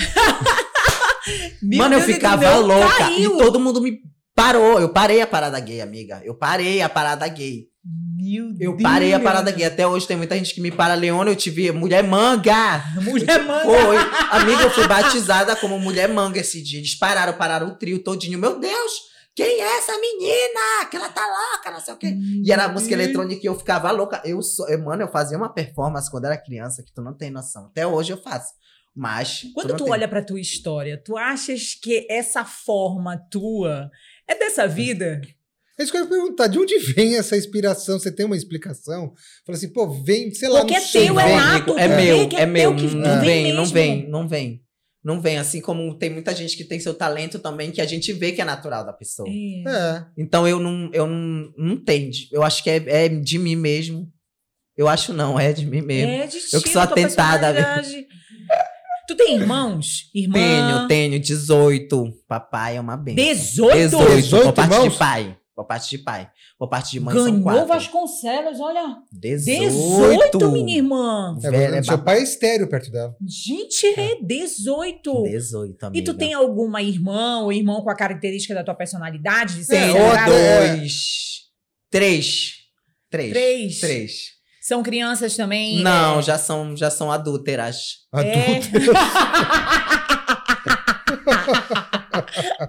A: meu
C: Mano, eu
A: Deus,
C: ficava
A: entendeu?
C: louca.
A: Caiu.
C: E todo mundo me parou. Eu parei a parada gay, amiga. Eu parei a parada gay.
A: Meu
C: Eu
A: Deus.
C: parei a parada gay. Até hoje tem muita gente que me para. Leona, eu te vi. Mulher manga.
A: Mulher manda.
C: Foi. Amiga, eu fui batizada como mulher manga esse dia. Eles pararam, pararam o trio todinho. Meu Deus, quem é essa menina? Que ela tá louca, não sei o quê. E era
A: Uhum.
C: música eletrônica e eu ficava louca. Eu, sou, eu, mano, eu fazia uma performance quando era criança que tu não tem noção. Até hoje eu faço. Mas.
A: Quando
C: não
A: tu
C: tem.
A: olha pra tua história, tu achas que essa forma tua é dessa vida?
B: É isso que eu ia perguntar. De onde vem essa inspiração? Você tem uma explicação? Fala assim, pô, vem, sei lá,
A: Porque
B: não
A: é
B: sei.
A: teu, é
B: vem.
A: lá.
C: amigo,
A: nato,
C: é
A: tu vê
C: meu,
A: que é
C: é meu.
A: teu, que
C: Não
A: vem
C: vem, não
A: mesmo.
C: vem, não vem. Não vem. Assim como tem muita gente que tem seu talento também, que a gente vê que é natural da pessoa.
A: É.
B: É.
C: Então eu não, eu não, não entendo. Eu acho que é, é de mim mesmo. Eu acho não, é de mim mesmo.
A: É de ti,
C: Eu que sou
A: da tua
C: atentada, né? velho.
A: personalidade. Tu tem irmãos? Irmã?
C: Tenho, tenho 18. Papai é uma benção.
A: 18?
C: 18,
B: 18
C: por parte
B: irmãos?
C: de pai. Por parte de pai. Por parte de mãe são
A: Ganhou
C: quatro.
A: Vasconcelos, olha.
C: 18,
A: 18, minha irmã.
B: É,
C: Velho, é
B: seu
C: babado.
B: pai é estéreo perto dela.
A: Gente, é 18.
C: 18,
A: E
C: amiga.
A: tu tem alguma irmã ou irmão com a característica da tua personalidade? De ser
C: Tenho
A: acelerado?
C: um dois. Três. Três.
A: Três.
C: Três.
A: São crianças também?
C: Não,
A: é,
C: já são, já são adúlteras.
B: Ah,
A: É.
B: Adulto.
A: É.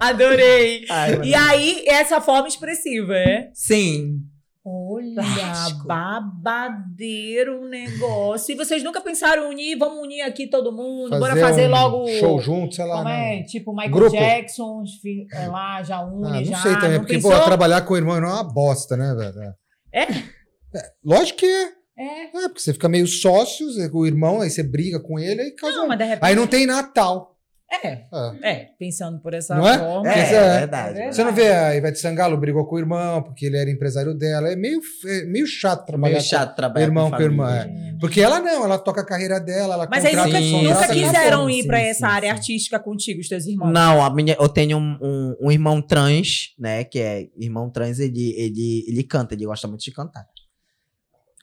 A: [LAUGHS] Adorei.
C: Ai, [LAUGHS]
A: E aí, essa forma expressiva, é?
C: Sim.
A: Olha,
C: Plástico.
A: babadeiro o negócio. E vocês nunca pensaram em unir? Vamos unir aqui todo mundo. Bora
B: Fazer
A: fazer
B: um
A: logo.
B: Show junto, sei lá.
A: Como
B: né?
A: é? Tipo, Michael
B: Grupo.
A: Jackson, fi- é lá, já une,
B: Ah, não
A: já.
B: sei também,
A: não
B: porque
A: pensou?
B: pô, trabalhar com o irmão não é uma bosta, né, velho?
A: É?
B: Lógico que é.
A: É.
B: É, porque você fica meio sócio, você- o irmão, aí você briga com ele, aí causa.
A: Não, mas de repente.
B: Aí não tem Natal.
A: É,
B: É.
A: é, pensando por essa
B: Não é?
A: forma.
B: Mas
C: É,
B: é-
C: é verdade.
A: É
B: Você não vê a Ivete Sangalo brigou com o irmão porque ele era empresário dela. É meio, é meio chato trabalhar
C: Meio
B: com-
C: chato trabalhar
B: irmão
C: com
B: com irmão,
C: família.
A: É.
B: Porque ela não, ela toca a é carreira dela, ela
A: Mas aí
B: contrata-
A: nunca,
C: Sim,
A: nunca
B: contrata-
C: sim,
A: quiseram
C: sim,
A: ir pra
C: sim,
A: essa
C: sim,
A: área
C: sim.
A: artística contigo, os teus irmãos.
C: Não, a minha, eu tenho um, um- um irmão trans, né? Que é irmão trans, ele, ele, ele canta, ele gosta muito de cantar.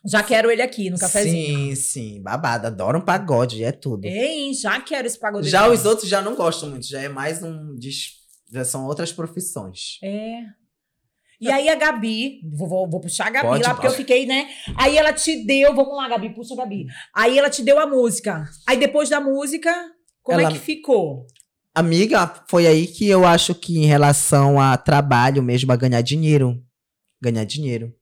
A: Já quero ele aqui no Um cafezinho.
C: Sim, sim, babada, adoro um pagode, é tudo.
A: Hein, já quero esse pagodeiro.
C: Já os outros já não gostam muito, já é mais um. des- Já são outras profissões.
A: É. E aí a Gabi, vou, vou- vou puxar a Gabi
C: Pode,
A: lá, porque eu
C: pode.
A: fiquei, né? Aí ela te deu, vamos lá, Gabi, puxa a Gabi. Aí ela te deu a música. Aí depois da música, como
C: Ela-
A: é que ficou?
C: Amiga, foi aí que eu acho que em relação a trabalho mesmo, a ganhar dinheiro. Ganhar dinheiro.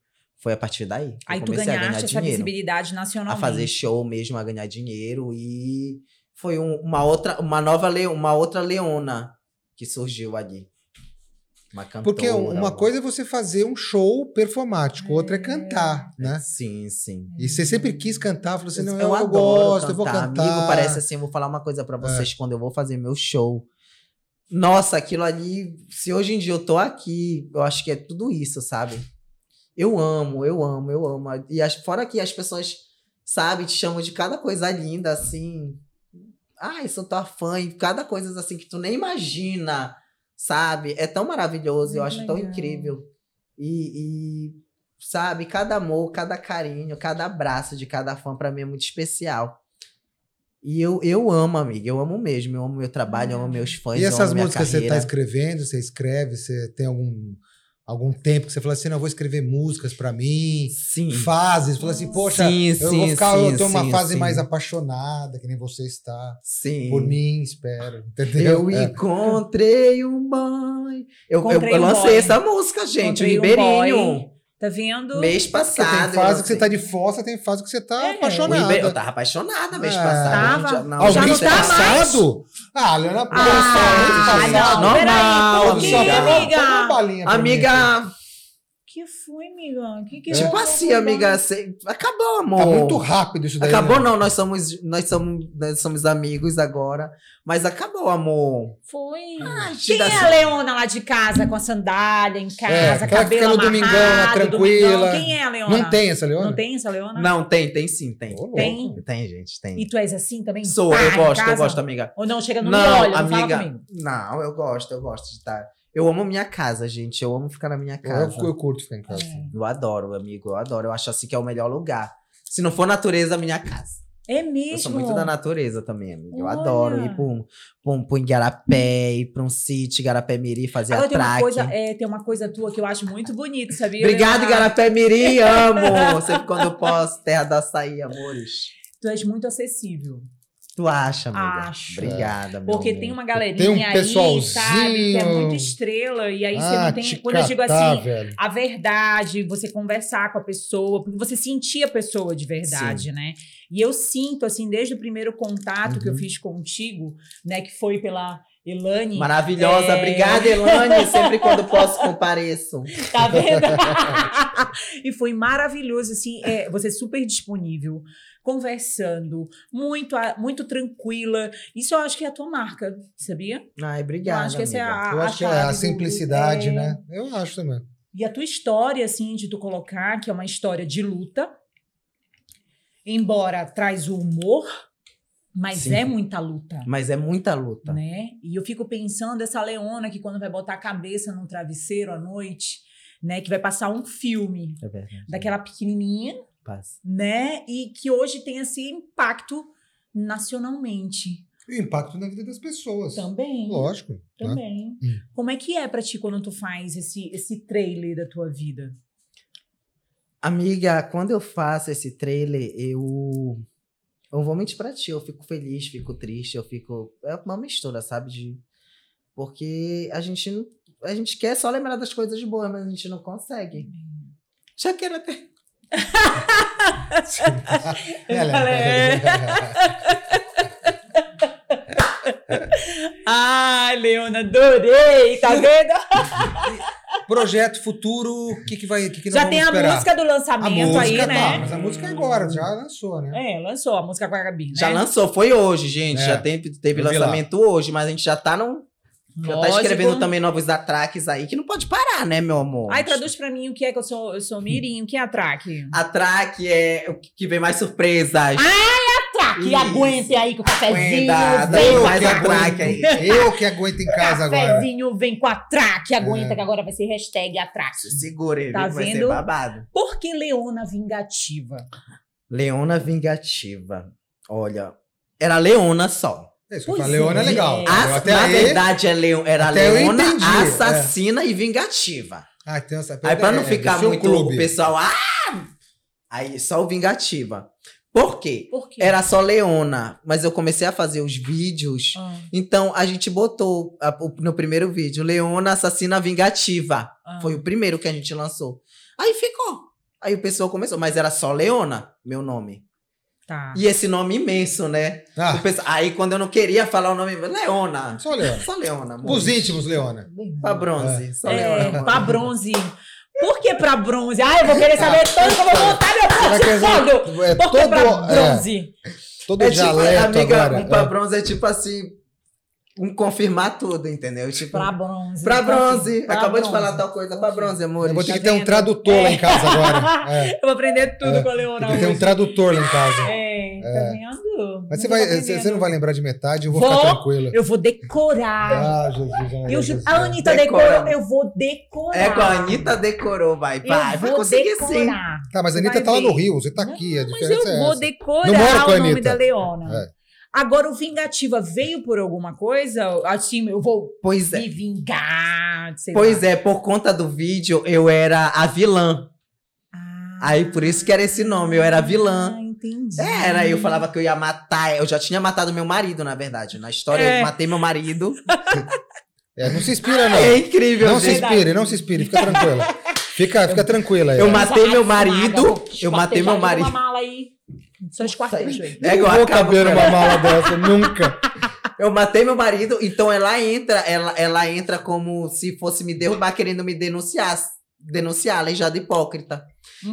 C: Foi a partir daí. que eu
A: Aí tu
C: comecei a ganhar
A: ganhaste essa
C: dinheiro.
A: visibilidade nacional.
C: a fazer show mesmo, a ganhar dinheiro e foi um- uma outra, uma nova le, uma outra Leona que surgiu ali. Uma cantora.
B: Porque uma coisa é você fazer um show performático, outra é
A: É.
B: cantar, né?
C: Sim, sim.
B: E você sempre quis cantar, falou assim, não, eu, eu
C: adoro
B: gosto, eu vou cantar. É.
C: Amigo, parece assim, eu vou falar uma coisa pra vocês quando eu vou fazer meu show. Nossa, aquilo ali, se hoje em dia eu tô aqui, eu acho que é tudo isso, sabe? Eu amo, eu amo, eu amo. E as, fora que as pessoas, sabe, te chamam de cada coisa linda, assim. Ai, sou tua fã, e cada coisa assim que tu nem imagina, sabe? É tão maravilhoso, eu
A: Muito
C: acho tão
A: legal.
C: incrível. E, e, sabe, cada amor, cada carinho, cada abraço de cada fã pra mim é muito especial. E eu, eu amo, amiga, eu amo mesmo, eu amo meu trabalho, eu amo meus fãs,
B: E
C: eu
B: essas
C: amo minha
B: músicas que você
C: carreira.
B: tá escrevendo, você escreve, você tem algum, algum tempo que você fala assim, não, eu vou escrever músicas pra mim,
C: Sim.
B: fases, fala assim, poxa,
C: Sim,
B: eu vou
C: sim,
B: ficar, eu
C: sim,
B: tô uma
C: sim,
B: fase
C: sim.
B: mais apaixonada, que nem você está.
C: Sim.
B: Por mim, espero, entendeu?
C: Eu
B: É.
C: encontrei um boy. Eu, eu,
A: Encontrei
C: eu
A: um
C: lancei
A: boy.
C: essa música, gente,
A: Encontrei um
C: Ribeirinho.
A: Tá vendo?
C: mês
B: Porque
C: passado.
B: tem fase
C: eu
B: que você
C: lancei.
B: tá de fossa, tem fase que você tá
A: É.
C: né, assim. O Ribeiro- Eu
B: apaixonada.
C: tava apaixonada mês
B: É.
C: passado.
A: Tava.
C: gente, não,
B: Ao
A: Já
B: mês
A: não tá mais.
B: passado? Ah, Leona, pô,
A: Ah,
B: só mês
A: não,
B: passado.
A: peraí,
C: Normal,
A: por quê,
B: Só
C: amiga.
B: toma-
A: amiga?
B: toma uma balinha pra mim.
C: Amiga,
A: que foi, amiga? Que que
C: tipo assim,
A: um
C: amiga, cê- acabou, amor.
B: É. Tá muito rápido isso daí.
C: Acabou
B: né?
C: não, nós somos, nós somos, nós somos amigos agora, mas acabou, amor.
A: Foi.
C: Ah, te
A: Quem
C: dá-
A: é a Leona lá de casa, com a sandália em casa,
B: aquela que
A: cabelo
B: fica no
A: amarrado,
B: domingão lá, tranquila.
A: domingão? Quem é a Leona?
B: Não tem essa, Leona?
A: Não tem essa Leona?
C: Não, tem, tem sim, tem.
B: Ô, louco.
A: né? Tem.
C: Tem, gente, tem.
A: E tu és assim também?
C: Sou,
A: Pá,
C: eu
A: em
C: gosto, eu
A: casa?
C: gosto, amiga.
A: Ou não, chega no
C: Não,
A: olho, não fala
C: amiga.
A: comigo.
C: Não, eu gosto, eu gosto de estar. Eu amo minha casa, gente. Eu amo ficar na minha casa.
B: Eu, eu curto ficar em casa.
A: É.
C: Eu adoro, amigo, eu adoro. Eu acho assim que é o melhor lugar. Se não for natureza, minha casa.
A: É
C: Eu
A: mesmo.
C: sou muito da natureza também, amiga. Eu
A: Olha.
C: adoro ir pra um, pra um, pra um Igarapé, ir pra um sítio, Igarapé Miri, fazer
A: Agora
C: a
A: tem uma,
C: traque.
A: coisa, é, tem uma coisa tua que eu acho muito bonita, sabia?
C: Obrigado,
A: Leonardo?
C: Igarapé Miri, amo! Sempre quando eu posso, terra do açaí, amores.
A: Tu és muito acessível.
C: Tu acha, amiga?
A: Acho.
C: Obrigada, meu
A: Porque
C: amor.
A: tem uma galerinha
B: Tem um
A: aí, sabe? Que é
B: pessoalzinho.
A: muito estrela. E aí você
B: Ah,
A: não tem.
B: te
A: Quando eu digo
B: catar,
A: assim,
B: velho.
A: a verdade, você conversar com a pessoa, porque você sentir a pessoa de verdade, né? E eu sinto, assim, desde o primeiro contato que eu
C: Uhum.
A: fiz contigo, né, que foi pela Elane.
C: Maravilhosa,
A: É.
C: obrigada, Elane. Sempre quando posso, compareço.
A: Tá vendo? e foi maravilhoso, assim, é, você super disponível, conversando, muito, a- muito tranquila. Isso eu acho que é a tua marca, sabia?
C: Ai,
A: Eu
C: obrigada.
A: acho que essa é
C: amiga.
A: a,
B: Eu
A: a
B: acho que é
A: chave
B: a
A: do-
B: simplicidade,
A: é.
B: né? Eu acho também.
A: E a tua história, assim, de tu colocar, que é uma história de luta, embora traz o humor, mas
C: Sim.
A: é muita luta.
C: Mas é muita
B: Tá.
C: luta.
A: Né? E eu fico pensando essa Leona que quando vai botar a cabeça num travesseiro à noite, né, que vai passar um filme
C: É verdade.
A: daquela pequenininha,
C: Passa.
A: né, e que hoje tem esse impacto nacionalmente
B: E o impacto na vida das pessoas.
A: também.
B: Lógico. né? [LAUGHS]
A: Também. [LAUGHS]
B: Hum.
A: Como é que é pra ti quando tu faz esse esse trailer da tua vida?
C: Amiga, quando eu faço esse trailer, eu. Eu não vou mentir pra ti, eu fico feliz, fico triste, eu fico. É uma mistura, sabe? De... Porque a gente não. A gente quer só lembrar das coisas boas, mas a gente não consegue. Já quero até.
A: é.
B: Ela-
A: Ai, Leona, adorei, tá vendo?
B: Projeto futuro, o que, que vai. o Que que nós
A: Já
B: vamos
A: tem a
B: esperar?
A: música do lançamento aí,
B: tá,
A: né?
B: Mas a música é agora, já lançou, né?
A: É, lançou a música com a Gabi, né?
C: Já lançou, foi hoje, gente.
B: É.
C: Já teve, teve
B: Eu vi lá.
C: lançamento hoje, mas a gente já tá no. Já tá
A: Lógico.
C: escrevendo também novos atraques aí, que não pode parar, né, meu amor?
A: Ai, traduz pra mim o que é que eu sou, eu sou mirim, o que é atraque?
C: Atraque é o que vem mais surpresas.
A: Atraque,
C: Isso.
A: aguentem aí com o cafezinho,
C: Cuidado,
A: vem
C: eu
A: com
C: Faz
B: que
C: a
B: aguento-
C: placa aí.
B: Eu que aguento em casa agora.
A: cafezinho, vem com atraque, aguenta
B: É.
A: que agora vai ser hashtag atraque.
C: Segura ele,
A: Tá
C: vai ser
A: vendo?
C: babado.
A: Por que Leona vingativa?
C: Leona Vingativa. Olha, era Leona só.
B: É isso que eu
A: Pois
B: falei, Leona é
A: é.
B: legal.
C: As-
B: Eu até
C: na
B: aí-
C: verdade, é Leo- era
B: até eu
C: Leona
B: entendi, é.
C: assassina e vingativa.
B: Ah, tem essa
C: Aí, pra não
B: é,
C: ficar
B: do seu
C: muito o pessoal. Ah! Aí, só o vingativa. Por quê?
A: Por quê?
C: Era só Leona, mas eu comecei a fazer os vídeos.
A: Ah,
C: Então, a gente botou a- o- no primeiro vídeo, Leona assassina vingativa.
A: ah.
C: Foi o primeiro que a gente lançou. Aí ficou. Aí o pessoal começou, mas era só Leona, meu nome.
A: Tá.
C: E esse nome imenso, né?
B: Ah,
C: O pessoal- aí quando eu não queria falar o nome, Leona.
B: só Leona.
C: Só Leona, amor.
B: Os íntimos, Leona.
C: Pra bronze. Só Leona.
A: É,
C: amor.
A: pra bronze. Por que pra bronze? Ah, eu vou querer saber tanto que eu vou montar meu
B: Será que
A: portfólio!
B: é
A: Por que pra
B: todo, é,
A: bronze?
B: todo
C: É tipo,
B: jaleto
C: amiga,
B: agora.
C: um pra
B: é.
C: bronze é tipo assim, um confirmar tudo, entendeu? Tipo,
A: Pra
C: pra,
A: bronze.
C: bronze.
A: Pra
C: Acabou de
A: bronze.
B: tá?
C: falar tal coisa, pra bronze, amor. Tipo,
B: Eu vou ter
A: Tá
B: que ter um
A: vendo?
B: tradutor lá em casa agora. É.
A: Eu vou aprender tudo
B: É,
A: com a Leona
B: Tem que ter um
A: hoje.
B: tradutor lá em casa.
A: É, tá
B: É.
A: vendo?
B: Mas você,
A: Eu
B: vai,
A: tô
B: você,
A: aprendendo.
B: você não vai lembrar de metade, eu vou,
A: Vou.
B: ficar tranquila.
A: Eu vou decorar.
B: Ah, Jesus. ai,
A: Eu
B: meu
A: ju-
B: Deus do
A: a
B: céu.
A: Anitta
C: Decora.
A: decorou, eu vou decorar.
C: É, com a Anitta decorou, vai, vai.
A: Eu
C: Vai
A: vou
C: conseguir sim.
A: decorar.
B: Tá, mas a Anitta
A: Vai
B: tá lá
A: ver.
B: no Rio, você tá aqui. A
A: Mas
B: diferença
A: eu
B: é
A: vou
B: essa.
A: decorar
B: Não mora com a
A: o nome
B: Anitta.
A: da Leona.
B: É.
A: Agora, o Vingativa veio por alguma coisa? Assim, eu vou
C: Pois é.
A: me vingar, sei
C: Pois
A: lá.
C: é, por conta do vídeo, eu era a vilã. Aí, por isso que era esse nome, eu era vilã.
A: Ah, entendi.
C: É, Era, eu falava que eu ia matar. Eu já tinha matado meu marido, na verdade. Na história,
A: É.
C: eu matei meu marido.
B: É, não se inspira, não.
C: É incrível,
B: Não se
C: gente.
A: verdade.
B: inspire, não se inspire, fica tranquila. Fica, fica tranquila aí.
C: Eu
B: ó.
C: matei meu
A: Esquartejado,
C: marido. Eu matei
A: esquartejado
C: meu
A: numa
C: marido.
A: mala aí. Só esquartejo aí.
C: É,
B: não
C: eu
B: vou
C: acabo
B: caber
C: com
B: numa mala dessa, nunca.
C: Eu matei meu marido, então ela entra, ela, ela entra como se fosse me derrubar, querendo me denunciar, denunciar, aleijada hipócrita.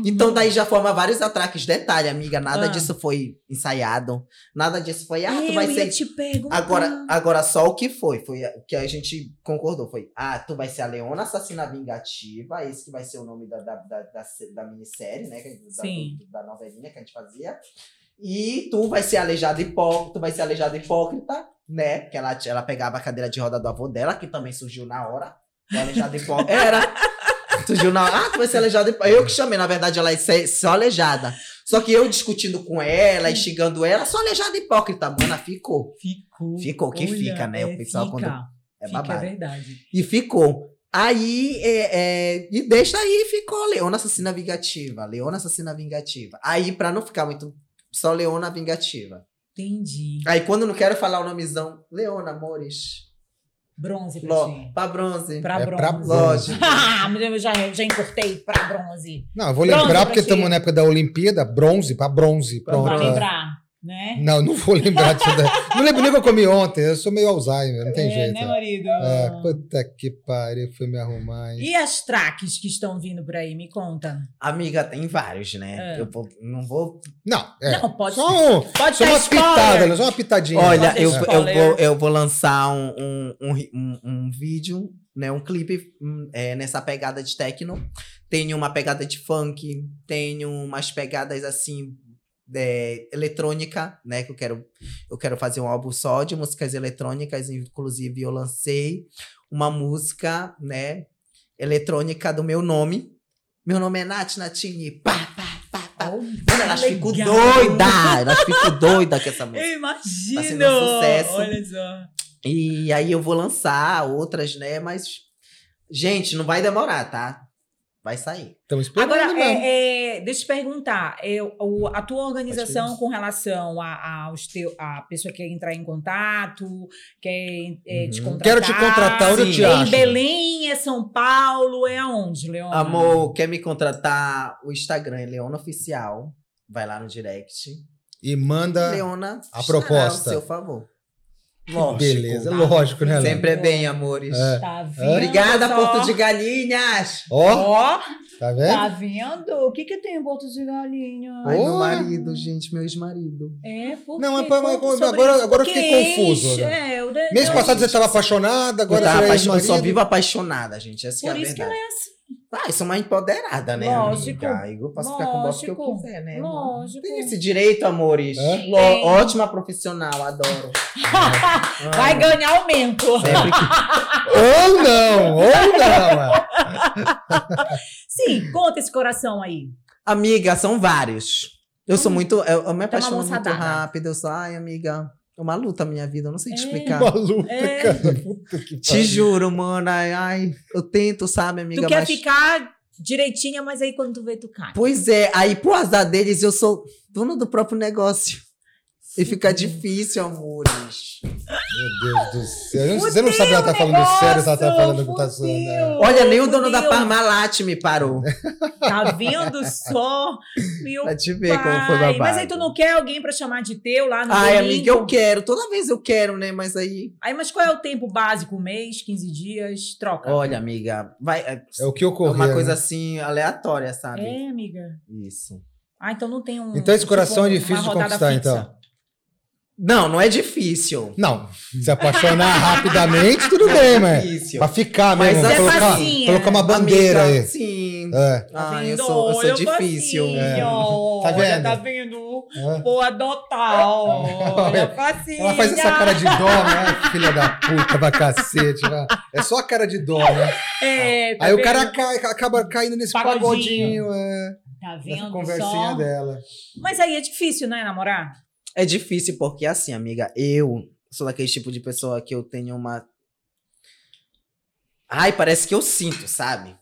C: Então daí já forma vários atraques. Detalhe, amiga, nada
A: Uhum. Ah.
C: disso foi ensaiado, nada disso foi, ah, tu
A: eu
C: vai
A: ia
C: ser.
A: te perguntar.
C: Agora, agora só o que foi, foi o que a gente concordou, foi, ah, tu vai ser a Leona Assassina Vingativa, esse que vai ser o nome da, da, da, da, se- da minissérie, né, que- da,
A: Sim.
C: do- da novelinha que a gente fazia, e tu vai ser aleijada hipócrita, tu vai ser aleijada hipócrita, né, porque ela, ela pegava a cadeira de roda do avô dela, que também surgiu na hora, né, o aleijada hipócrita, era... Surgiu na ah, tu vai ser aleijada. hipó-". Eu que chamei, na verdade, ela é se- só aleijada. Só que eu discutindo com ela, xingando ela, só aleijada hipócrita, mana, ficou.
A: ficou.
C: Ficou, que fica, né? O pessoal
A: fica,
C: quando- É
A: fica,
C: babado.
A: é verdade.
C: E ficou. Aí, é, é, e deixa aí, ficou Leona Assassina Vingativa. Leona Assassina Vingativa. Aí, pra não ficar muito. Só Leona Vingativa.
A: Entendi.
C: Aí, quando eu não quero falar o nomezão, Leona Amores.
A: Bronze pra
C: Ló,
A: ti.
C: pra bronze.
A: Pra
B: É
A: bronze.
B: pra bronze.
A: [LAUGHS] Ah, mas eu já, já encurtei pra bronze.
B: Não, eu vou
A: Bronze
B: lembrar
A: pra
B: porque
A: ti.
B: estamos na época da Olimpíada, bronze pra bronze.
C: Pra
B: Pronto.
A: Pra
C: bronze.
A: lembrar, né?
B: Não, não vou lembrar disso. daí. Não lembro nem o que eu comi ontem, eu sou meio Alzheimer, não
A: é,
B: tem jeito.
A: né, marido?
B: É, puta que pariu, fui me arrumar. hein?
A: E as traques que estão vindo por aí? Me conta.
C: Amiga, tem vários, né?
A: É.
C: Eu vou- não vou.
B: Não, é.
A: Não, pode,
B: Só, um,
A: pode
B: só
A: dar
B: umas
A: spoiler.
B: pitadas, só uma né? pitadinha.
C: Tá
B: Tá,
C: Olha,
A: Nossa,
C: eu, eu,
A: spoiler.
C: vou, eu vou lançar um, um, um, ri- um- um vídeo, né? Um clipe hum, é, nessa pegada de techno. Tenho uma pegada de funk, tenho umas pegadas assim. é, eletrônica, né? Que eu quero, eu quero fazer um álbum só de músicas eletrônicas. Inclusive, eu lancei uma música, né? Eletrônica do meu nome. Meu nome é Nath Natini. Pá, pá, pá, pá. Mano, elas ficam
A: Legal.
C: doidas! Elas ficam doidas com essa música.
A: Eu imagino.
C: Tá sendo um sucesso.
A: Olha só.
C: E aí eu vou lançar outras, né? Mas, gente, não vai demorar, tá? Vai sair.
B: Estamos esperando
A: Agora,
B: mesmo.
A: é, é, deixa eu te perguntar. é, o- a tua
C: Pode
A: organização
C: ver.
A: com relação a, a, aos teu, a pessoa que quer entrar em contato, quer é, te
C: Uhum.
A: contratar.
B: Quero te contratar, onde eu
C: Sim.
B: te
A: é
B: acho?
A: em Belém, é São Paulo, é aonde, Leona?
C: Amor, quer me contratar? O Instagram é Leona Oficial. Vai lá no direct.
B: E manda.
C: Leona,
B: A
C: estará
B: proposta.
C: Ao seu favor. Lógico.
B: Beleza, lógico, né, Lana?
C: Sempre é bem, amores.
B: É.
A: Tá vendo?
C: Obrigada,
A: só?
C: Porto de Galinhas.
B: Ó,
A: Ó,
B: tá vendo?
A: tá vendo? O que que tem em Porto de Galinha?
B: Ai, meu Porra.
C: marido, gente, meu ex-marido.
A: É, por
B: Não,
A: quê?
B: mas, mas,
A: Conta
B: mas,
A: sobre
B: agora-
A: isso.
B: agora eu
A: Porque
B: fiquei confuso,
A: enche,
B: né?
A: é, eu de-
B: Mês
A: eu-
B: passado você estava apaixonada, agora
C: eu, tava
B: você é
C: apaixon- eu só
B: ex-marido.
C: vivo apaixonada, gente.
A: Por
C: Essa que é a
A: isso que ela
C: verdade.
A: é assim.
C: Ah, isso é uma empoderada, né,
A: Lógico.
C: amiga? Eu posso ficar com o bofe que eu
A: Lógico.
C: quiser, né? amor?
A: Lógico.
C: Tem esse direito, amores.
B: Hã?
C: Lo-
A: Tem.
C: Ótima profissional, adoro. Amo.
A: [LAUGHS] Vai ganhar aumento.
C: Sempre que-
B: [LAUGHS] Ou não, ou não. é.
C: [LAUGHS]
A: [LAUGHS] Sim, conta esse coração aí.
C: Amiga, são vários. Eu sou muito. Eu, eu me
A: Tá uma
C: apaixono muito
A: moçadada.
C: rápido. Eu sou, ai, amiga. É uma luta a minha vida, eu não sei te
A: É.
C: explicar.
B: Maluca,
A: É.
B: cara. Puta que
C: Te
B: pariu.
C: juro, mano. Ai, ai, eu tento, sabe, amiga?
A: tu quer
C: mas-
A: ficar direitinha, mas aí quando tu vê, tu cai.
C: Pois é, aí pro azar deles, eu sou dono do próprio negócio. E fica difícil, amores.
B: Meu Deus do céu. Eu não- Você não sabe se ela tá falando sério, se ela tá falando que tá zoando. né?
C: Olha, nem o dono da
A: Parma.
C: Parmalat me parou.
A: Tá vendo só?
C: [LAUGHS]
A: Meu
C: Pra te ver
A: pai.
C: como foi babado.
A: Mas aí tu não quer alguém pra chamar de teu lá no
C: Ai,
A: domingo?
C: amiga, eu quero. Toda vez eu quero, né? Mas aí...
A: Aí, mas qual é o tempo básico? Um mês, 15 dias? Troca.
C: Olha, amiga, vai... É,
B: É o que
C: é
B: ocorreu.
C: uma coisa
B: né?
C: assim, aleatória, sabe?
A: É, amiga.
C: Isso.
A: Ah, então não tem um...
B: Então esse coração é
A: uma
B: difícil de
A: rodada
B: conquistar,
A: fixa.
B: então.
C: Não, não é difícil.
B: Não, se apaixonar [LAUGHS] rapidamente, tudo bem,
C: não é
B: mas...
C: difícil.
B: Pra ficar
C: Mas
B: mesmo,
C: é
B: colocar,
A: facinha.
B: colocar uma bandeira
C: Amiga,
B: aí.
C: Sim.
B: É,
A: Tá
C: Ai, eu
A: vendo?
C: sou, eu sou
A: Olha assim, o
C: difícil.
A: facinho,
B: É.
A: olha,
B: Tá vendo?
A: Tá vendo?
B: é.
A: Vou adotar, olha, facinho.
B: Ela faz essa cara de dó, né? Filha da puta, pra cacete. né? É só a cara de dó, né?
A: É, tá
B: Aí o
A: vendo?
B: cara cai- acaba caindo nesse
A: Pagodinho.
B: pagodinho, é,
A: Tá
B: nessa
A: vendo
B: conversinha
A: só?
B: dela.
A: Mas aí é difícil, né, namorar?
C: É difícil porque, assim, amiga, eu sou daquele tipo de pessoa que eu tenho uma. Ai, parece que eu sinto, sabe?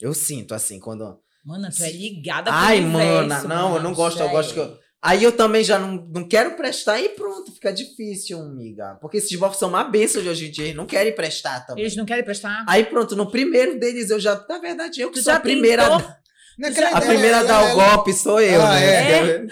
C: Eu sinto, assim, quando.
A: Mana, tu é ligada pro
C: Ai,
A: universo,
C: mana, não, eu
A: mano,
C: não gosto, eu gosto que
A: sério.
C: eu. Aí eu também já não, não quero prestar e pronto, fica difícil, amiga. Porque esses divórcios são uma benção de hoje em dia, eles não querem prestar também.
A: Eles não querem prestar?
C: Aí pronto, no primeiro deles eu já. Na verdade, eu que
A: Tu
C: sou
A: já
C: a primeira.
A: tentou?
B: Naquela
C: A
B: ideia,
C: primeira a dar
B: é ela-
C: o golpe sou eu,
B: Ah,
A: é
C: né?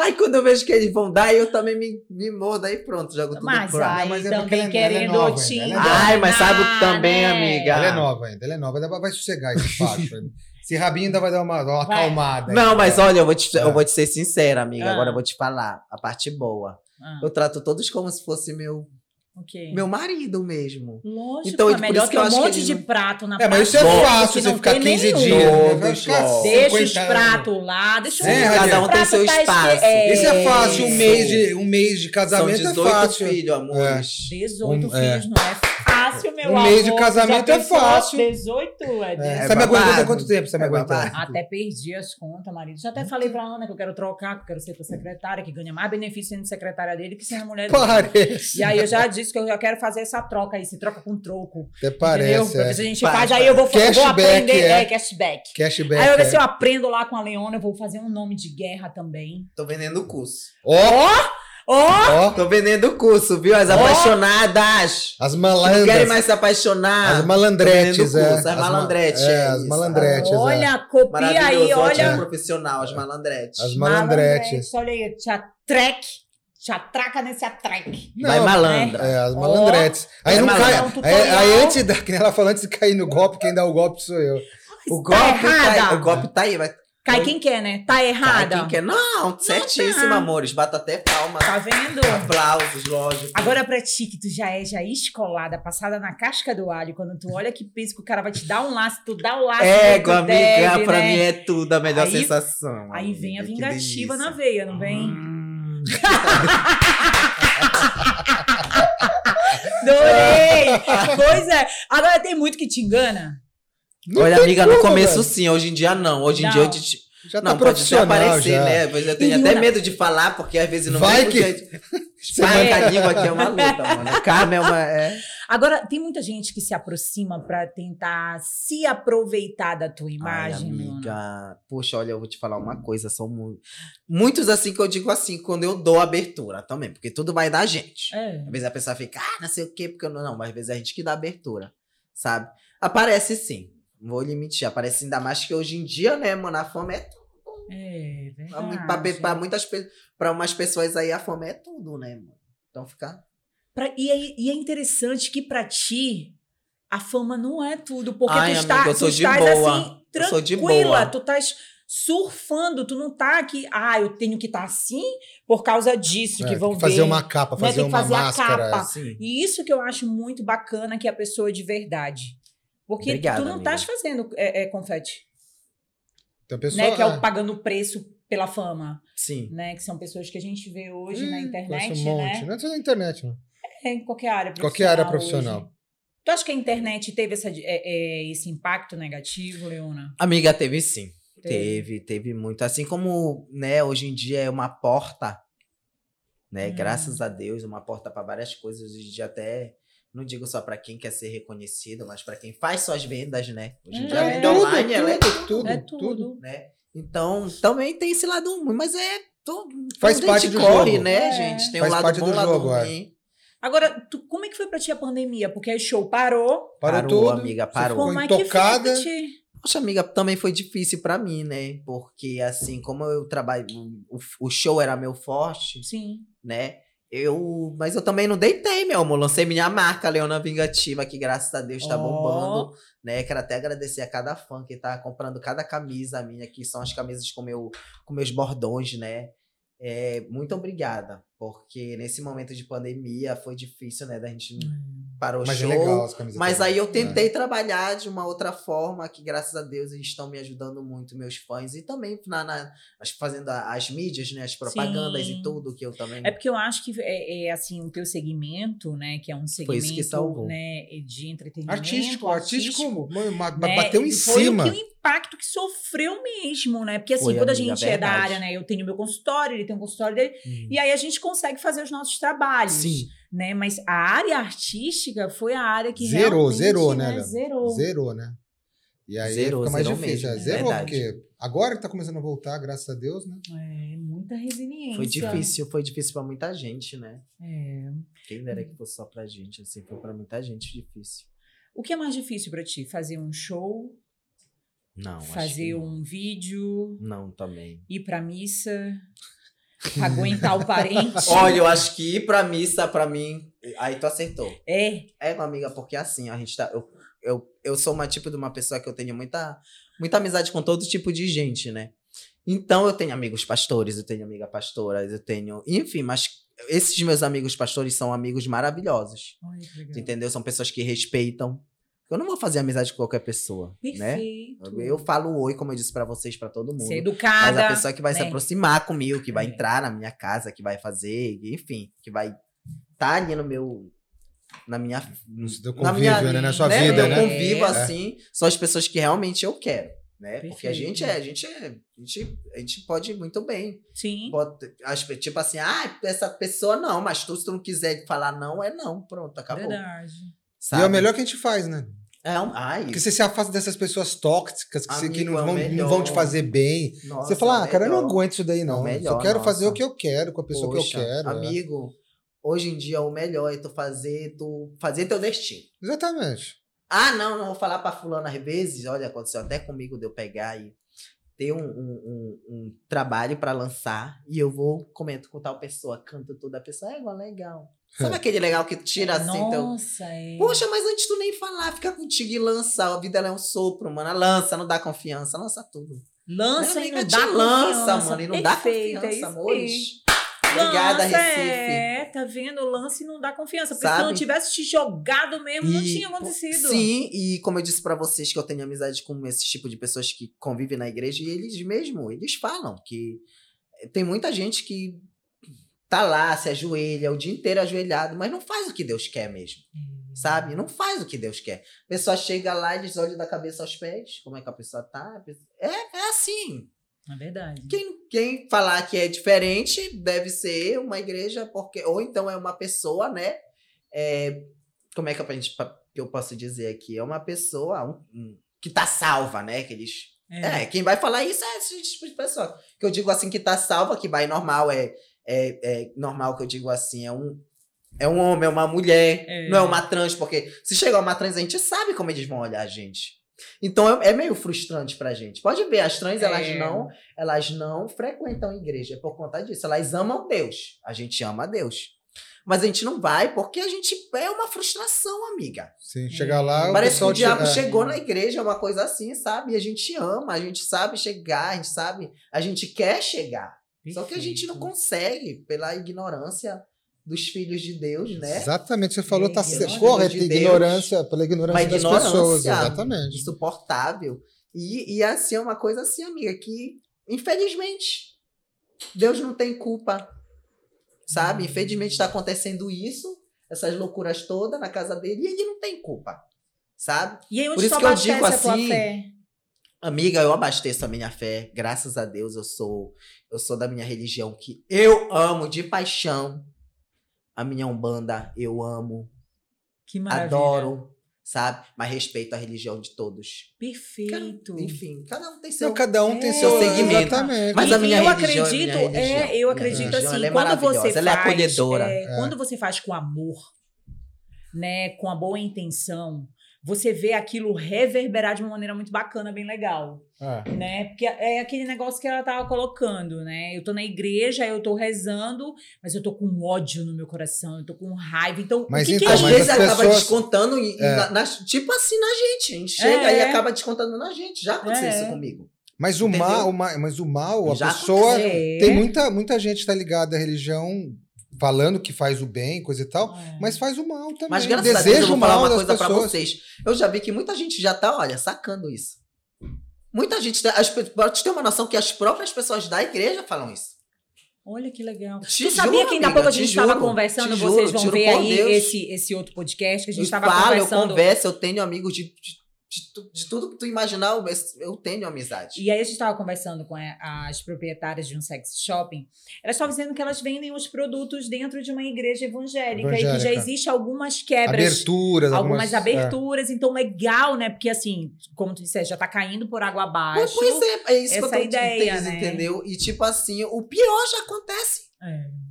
C: aí quando eu vejo que eles vão dar, eu também me, me mordo, aí pronto, jogo tudo
A: Mas
C: pro ar.
A: aí
B: mas é porque
A: também
B: ela- ela é
A: querendo
B: nova ainda,
A: te
B: ela é nova.
A: enganar, né?
C: Ai, mas sabe o que também, amiga?
B: Ela é nova ainda, ela é nova, ainda vai- vai sossegar esse facho. né? Esse rabinho ainda vai dar uma, uma
A: Vai.
B: acalmada.
C: Não, mas olha, eu vou te,
B: Ah.
C: eu vou te ser sincera, amiga.
A: Ah.
C: Agora eu vou te falar a parte boa.
A: Ah,
C: Eu trato todos como se fosse meu,
A: ok.
C: meu marido mesmo.
A: Lógico,
C: Então,
A: é
C: por
A: melhor
C: isso que
A: ter
C: eu
A: um
C: acho que
A: monte
C: eles
A: de
C: não-
A: prato na
B: É, mas isso é
A: prateleira
B: fácil,
A: que
B: você
A: não
B: ficar
A: tem
B: 15
A: nenhum.
B: dias. né? Vai
C: Todos,
B: ficar
C: ó.
A: Deixa os
B: 50 anos.
A: pratos lá, deixa
B: Sim,
A: os
B: cada um
A: prato
C: tem seu
A: tá esque-
C: espaço.
A: é,
B: Isso é fácil, um
C: Isso.
B: mês de, um mês de
C: São
B: casamento é
C: 18
B: fácil.
C: filhos, amores.
A: 18
B: Um- é.
A: filhos não é fácil, meu
B: Um
A: amor.
B: mês de
A: Já
B: casamento é
A: pensou?
B: fácil.
A: 18 é 18.
B: É,
C: É
B: você me
C: babado.
B: aguentou há quanto tempo? Você tá me
C: É
B: aguentou?
C: babado.
A: Até perdi as contas, marido. Já até falei pra Ana que eu quero trocar, que eu quero ser tua secretária, que ganha mais benefício sendo secretária dele que sendo mulher dele.
B: [LAUGHS] Parece.
A: E aí eu já disse que eu já quero fazer essa troca aí, se troca com troco.
B: Até
A: entendeu?
B: parece.
A: Pra ver
B: É.
A: se a gente
C: Faz,
A: faz, aí
C: faz.
A: eu vou, fa- vou
B: Cashback,
A: aprender.
B: é.
A: É, cashback. aí
B: Cashback.
A: eu assim, vou ver se
B: é.
A: eu aprendo lá com a Leona, eu vou fazer um nome de guerra também.
C: Tô vendendo o curso.
B: Ó,
A: Ó!
B: ó,
C: Tô vendendo o curso, viu? As
A: Ó.
C: apaixonadas.
B: as
C: Que não querem
B: malandras.
C: mais se apaixonar.
B: As malandretes,
C: Tô vendendo
B: é.
C: Ah, curso, as
B: ma-
C: malandretes,
B: É,
C: é
B: as
C: isso.
B: malandretes. é.
A: olha, copia
C: Maravilhoso,
A: aí,
C: ótimo
A: olha.
C: profissional, as malandretes.
B: As malandretes.
A: Malandretes, Olha aí, te atrec, te atraca nesse atrec.
B: Não,
C: Vai malandra.
B: É, as malandretes. Aí
C: É
B: não cai.
A: malandro. É um
B: Aí, aí
A: tutorial.
B: antes da, [LAUGHS] que nem ela falou, antes de cair no golpe, quem dá o golpe sou eu.
C: O golpe,
A: Tá
C: tá,
A: errada.
C: o golpe tá aí, vai.
A: Cai quem quer, né? Tá
C: Tá,
A: errada.
C: quem quer? Não, certíssimo,
A: tá.
C: amores. Bata até palma.
A: Tá vendo?
C: Aplausos, lógico.
A: Agora pra ti, que tu já é já escolada, passada na casca do alho, quando tu olha que pensa que o cara vai te dar um laço, tu dá o laço. que tu
C: Ego, É, amiga,
A: deve,
C: pra
A: né?
C: mim é tudo, a melhor
A: Aí-
C: sensação.
A: Aí vem a
C: amiga, que
A: vingativa
C: delícia.
A: na veia, não vem?
C: Hum.
A: [LAUGHS] Adorei! pois é. Agora tem muito que te engana.
B: Não
C: Olha,
B: tem
C: amiga, no
B: como,
C: começo
B: velho.
C: sim, hoje em dia não. Hoje em
A: Não.
C: dia eu te...
B: Já
C: não,
B: tá
C: pode até
B: profissional.
C: aparecer,
B: já. É,
C: né? Mas eu tenho até
A: Menina.
C: medo de falar, porque às vezes não
B: Vai que- [LAUGHS]
C: Espanca a língua aqui é uma luta, mano. Carmen é uma. é.
A: Agora, tem muita gente que se aproxima pra tentar se aproveitar da tua
C: Ai,
A: imagem, Leona.
C: amiga. Poxa, olha, eu vou te falar uma coisa. São mu- muitos assim que eu digo assim, quando eu dou abertura também, porque tudo vai da gente.
A: É.
C: Às vezes a pessoa fica, ah, não sei o quê, porque eu não. Não, mas às vezes é a gente que dá abertura, sabe? Aparece sim. Não vou lhe mentir. Aparece ainda mais que hoje em dia, né, mano? A fome é tudo.
A: É,
C: Pra, mu- pra pe-
A: verdade.
C: pra muitas pessoas. Pra umas pessoas aí, a fome é tudo, né, mano? Então fica.
A: Pra- e, é, e é interessante que pra ti a fama não é tudo, porque
C: Ai,
A: tu,
C: amiga,
A: está,
C: eu sou
A: tu
C: de
A: estás
C: boa.
A: assim,
C: Eu sou de
A: tranquila,
C: boa.
A: tu estás surfando, tu não tá aqui, ah, eu tenho que estar assim por causa disso,
B: É,
A: que
B: tem
A: vão
B: que fazer
A: ver.
B: uma capa,
A: né,
B: fazer
A: tem que
B: uma
A: fazer a
B: máscara.
A: capa.
C: Sim.
A: E isso que eu acho muito bacana, que é a pessoa de verdade. Porque
C: Obrigada,
A: tu não
C: amiga.
A: estás fazendo é, é, confete,
B: Tem a pessoa,
A: né? Que é
B: ah,
A: o pagando o preço pela fama,
C: Sim.
A: né? Que são pessoas que a gente vê hoje na
B: hum,
A: internet,
B: conheço um monte.
A: né?
B: Não é só na internet, não.
A: É, em qualquer área profissional.
B: Qualquer área
A: hoje.
B: profissional.
A: Tu acha que a internet teve essa- é- é, esse impacto negativo, Leona?
C: Amiga, teve sim. Teve, teve muito. Assim como, né, hoje em dia é uma porta, né?
B: Uhum.
A: Hum.
C: Graças a Deus, é uma porta para várias coisas. Hoje em dia até não digo só para quem quer ser reconhecido, mas para quem faz suas vendas, né? Hoje em dia
A: É.
C: a venda online, ela é
B: tudo, tudo,
A: É
B: tudo,
A: tudo.
C: né? Então, também tem esse lado ruim, mas é to-
B: Faz
C: tudo
B: parte
C: de
B: do
C: core,
B: jogo.
C: né,
A: É.
C: gente? Tem
B: Faz
C: um
B: parte
C: lado bom,
B: do
C: um lado
B: jogo, é.
C: ruim.
A: Agora, tu- como é que foi pra ti a pandemia? Porque aí show parou.
B: Parou,
C: Parou,
B: tudo.
C: amiga,
B: você
C: parou.
B: Ficou
A: Como é que foi pra
B: intocada.
A: ti?
C: Poxa, amiga, também foi difícil pra mim, né? Porque assim, como eu trabalho, o, o show era meu forte,
A: Sim.
C: né? Eu, mas eu também não deitei, meu amor. Lancei minha marca, Leona Vingativa, que graças a Deus tá
A: Ó.
C: bombando, né? Quero até agradecer a cada fã que tá comprando cada camisa minha, que são as camisas com, meu, com meus bordões, né? É, muito obrigada, porque nesse momento de pandemia foi difícil, né? Da gente parar o
B: Mas é
C: show.
B: legal as camisetas.
C: Mas aí eu tentei
B: É.
C: trabalhar de uma outra forma, que graças a Deus eles estão me ajudando muito, meus fãs, e também na, na- as- fazendo a- as mídias, né? As propagandas
A: Sim.
C: e tudo que eu também.
A: É porque eu acho que é, é, assim, o teu segmento, né? Que é um
C: Foi isso
A: segmento
C: que salvou.
A: né, de entretenimento.
B: Artístico, artístico, mano, ma- ma-
A: né,
B: bateu em
A: e foi
B: cima.
A: O, que, o impacto que sofreu mesmo, né? Porque assim,
C: Foi,
A: quando a
C: amiga,
A: gente é da
C: verdade.
A: área, né? Eu tenho meu consultório, ele tem o consultório dele,
C: Hum.
A: e aí a gente consegue fazer os nossos trabalhos.
C: Sim,
A: né? Mas a área artística foi a área que
B: Zerou,
A: realmente,
B: zerou, né, Léo?
A: Zerou.
B: Zerou, né? E aí
C: Zerou,
B: fica mais
C: zerou
B: difícil.
C: mesmo, é
B: né? Zerou,
C: verdade.
B: porque agora que tá começando a voltar, graças a Deus, né?
A: É, muita resiliência.
C: foi difícil, foi difícil pra muita gente, né?
A: É.
C: Quem dera que fosse só pra gente, assim, foi pra muita gente difícil.
A: O que é mais difícil pra ti? Fazer um show,
C: Não, acho que
A: fazer
C: não.
A: um vídeo,
C: Não, também.
A: ir pra missa, [LAUGHS] aguentar o parente?
C: [LAUGHS] Olha, eu acho que ir pra missa, pra mim. Aí tu acertou.
A: É.
C: É, amiga, porque assim, a gente tá. Eu, eu, eu sou uma tipo de uma pessoa que eu tenho muita, muita amizade com todo tipo de gente, né? Então eu tenho amigos pastores, eu tenho amiga pastora, eu tenho. Enfim, mas esses meus amigos pastores são amigos maravilhosos.
A: Olha que
C: tu
A: legal.
C: Entendeu? São pessoas que respeitam. Eu não vou fazer amizade com qualquer pessoa, né?
A: Perfeito.
C: Eu falo oi, como eu disse pra vocês, pra todo mundo.
A: Ser
C: Mas
A: educada.
C: a pessoa que vai se
A: né?
C: aproximar comigo, que vai
A: É.
C: entrar na minha casa, que vai fazer, enfim, que vai estar ali no meu. Na minha.
B: No seu
C: na
B: convívio,
C: minha-
B: né? Na sua
A: né?
B: vida,
C: meu
B: né?
C: convívio,
A: É.
C: assim, são as pessoas que realmente eu quero. Né? Porque a
A: Perfeito.
C: gente é, a gente é, a gente, a gente pode ir muito bem.
A: Sim.
C: Pode- as- tipo assim, ah, essa pessoa não, mas tu, se tu não quiser falar não, é não. Pronto, acabou.
A: Verdade.
B: E
C: sabe?
B: é o melhor que a gente faz, né?
C: É um, ai,
B: Porque você se afasta dessas pessoas tóxicas que, você- que
C: Amigo,
B: não,
C: é o
B: vão, não
C: melhor.
B: vão te fazer bem.
C: nossa,
B: você fala,
C: é
B: ah,
C: o
B: cara, eu não
C: melhor.
B: aguento isso daí, não. eu
C: melhor,
B: quero fazer
C: nossa.
B: o que eu quero com a pessoa que
C: Poxa,
B: eu quero. é.
C: Amigo, hoje em dia o melhor é tu fazer, tu fazer teu destino.
B: É. Exatamente.
C: Ah, não, não vou falar pra fulano às vezes. Olha, aconteceu até comigo de eu pegar e ter um, um- um- um trabalho pra lançar e eu vou, comento com tal pessoa, canto toda a pessoa, é igual legal. Sabe aquele legal que tira assim, então.
A: Nossa, é.
C: Poxa, mas antes tu nem falar, fica contigo e lança. A vida ela é um sopro, mano. Lança, não dá confiança, lança tudo.
A: lança
C: Não,
A: e não
C: amiga,
A: dá
C: te lança,
A: confiança.
C: mano, e não dá
A: Perfeito, é
C: confiança,
A: isso aí.
C: amores. Obrigada,
A: Lança,
C: Recife.
A: É, tá vendo? O lance não dá confiança. Porque se
C: Sabe?
A: não tivesse te jogado mesmo, não
C: E-
A: tinha acontecido.
C: Sim, e como eu disse pra vocês que eu tenho amizade com esse tipo de pessoas que convivem na igreja, e eles mesmo, eles falam que eh, tem muita gente que tá lá, se ajoelha o dia inteiro ajoelhado, mas não faz o que Deus quer mesmo,
A: Uhum.
C: sabe? Não faz o que Deus quer. A pessoa chega lá e eles olham da cabeça aos pés, como é que a pessoa tá? A pessoa- É, é assim.
A: Na verdade.
C: Quem, quem falar que é diferente deve ser uma igreja, porque ou então é uma pessoa, né? é, como é que eu, pra gente- pra- que eu posso dizer aqui? É uma pessoa um- um- que tá salva, né? Que eles, é. quem vai falar isso é esse tipo de pessoa. Que eu digo assim, que tá salva, que vai normal, é, é, é normal que eu digo assim, é um. É um homem, é uma mulher,
A: É.
C: não é uma trans, porque se chegar uma trans, a gente sabe como eles vão olhar a gente. Então é, é meio frustrante pra gente. Pode ver, as trans, elas
A: É.
C: não elas não frequentam a igreja, é por conta disso. Elas amam Deus. A gente ama Deus. Mas a gente não vai porque a gente é uma frustração, amiga.
B: Sim, chegar lá.
C: Parece que
B: pessoal
C: o diabo
B: te- é.
C: chegou na igreja, é uma coisa assim, sabe? E a gente ama, a gente sabe chegar, a gente sabe, a gente quer chegar. Só que a gente não
A: Perfeito.
C: consegue pela ignorância dos filhos de Deus, né?
B: Exatamente, você falou, tá
A: Ignorância
B: certo. correto.
C: de Deus.
B: ignorância, pela
C: Uma
B: ignorância das
C: ignorância
B: pessoas. Exatamente.
C: insuportável. E, e assim é uma coisa assim, amiga, que infelizmente Deus não tem culpa. Sabe?
B: Uhum.
C: Infelizmente está acontecendo isso, essas loucuras todas na casa dele, e ele não tem culpa. Sabe?
A: E aí, onde
C: Por isso
A: tu
C: que eu
A: abastece
C: digo
A: a tua
C: assim,
A: fé?
C: Amiga, eu abasteço a minha fé. Graças a Deus eu sou, eu sou da minha religião que eu amo de paixão. A minha Umbanda eu amo,
A: Que maravilha.
C: adoro, sabe? Mas respeito a religião de todos.
A: Perfeito.
C: Cada- um, Enfim, cada um tem seu
B: Não, cada um tem
A: É.
B: seu
C: Segmento.
B: Exatamente.
C: Mas
A: E
C: a minha
A: eu
C: religião, a
A: acredito,
C: minha religião,
A: é, eu
C: minha
A: acredito
C: religião,
A: assim,
C: ela é
A: quando você faz,
C: maravilhosa, ela é acolhedora.
A: é, quando você faz com amor, né, com a boa intenção, você vê aquilo reverberar de uma maneira muito bacana, bem legal,
B: É.
A: né? Porque é aquele negócio que ela tava colocando, né? Eu tô na igreja, eu tô rezando, mas eu tô com ódio no meu coração, eu tô com raiva. Então,
B: Mas
A: o que
B: então,
A: que
C: Às
B: mas
A: é?
C: vezes
B: as
C: acaba
B: pessoas-
C: descontando, e- e
B: É.
C: na- nas- tipo assim, na gente. A gente chega
A: É.
C: e acaba descontando na gente. Já aconteceu
A: É.
C: isso comigo.
B: Mas o
C: Entendeu?
B: mal, o ma- mas o mal, a
C: Já
B: pessoa.
C: aconteceu.
A: É.
B: Tem muita, muita gente que tá ligada à religião, falando que faz o bem, coisa e tal,
A: É.
B: mas faz o mal também.
C: Mas graças
B: Deseja
C: a Deus, eu
B: o
C: vou
B: mal
C: falar uma
B: das
C: coisa pra
B: pessoas.
C: vocês. Eu já vi que muita gente já tá, olha, sacando isso. Muita gente, as, pe- pra te ter uma noção que as próprias pessoas da igreja falam isso.
A: Olha que legal.
C: Te
A: Você sabia
C: juro,
A: que ainda há
C: amiga,
A: pouco a
C: te
A: gente estava
C: juro,
A: conversando,
C: te
A: vocês
C: juro,
A: vão
C: juro
A: ver
C: por
A: aí
C: Deus.
A: esse, esse outro podcast que a gente
C: Eu
A: estava
C: falo, eu
A: conversando.
C: converso, eu tenho amigos de, de, de tu- de tudo que tu imaginar, eu, eu tenho amizade.
A: E aí a gente estava conversando com a- as proprietárias de um sex shopping, elas estavam dizendo que elas vendem os produtos dentro de uma igreja evangélica, e que já
B: Evangélica.
A: existe algumas quebras.
B: Aberturas,
A: Algumas
B: é.
A: aberturas, então legal, né? Porque assim, como tu disseste, já tá caindo por água abaixo.
C: Pois é, é isso
A: essa
C: que eu tô
A: ideia,
C: entendendo,
A: né?
C: entendeu? E tipo assim, o pior já acontece.
A: É.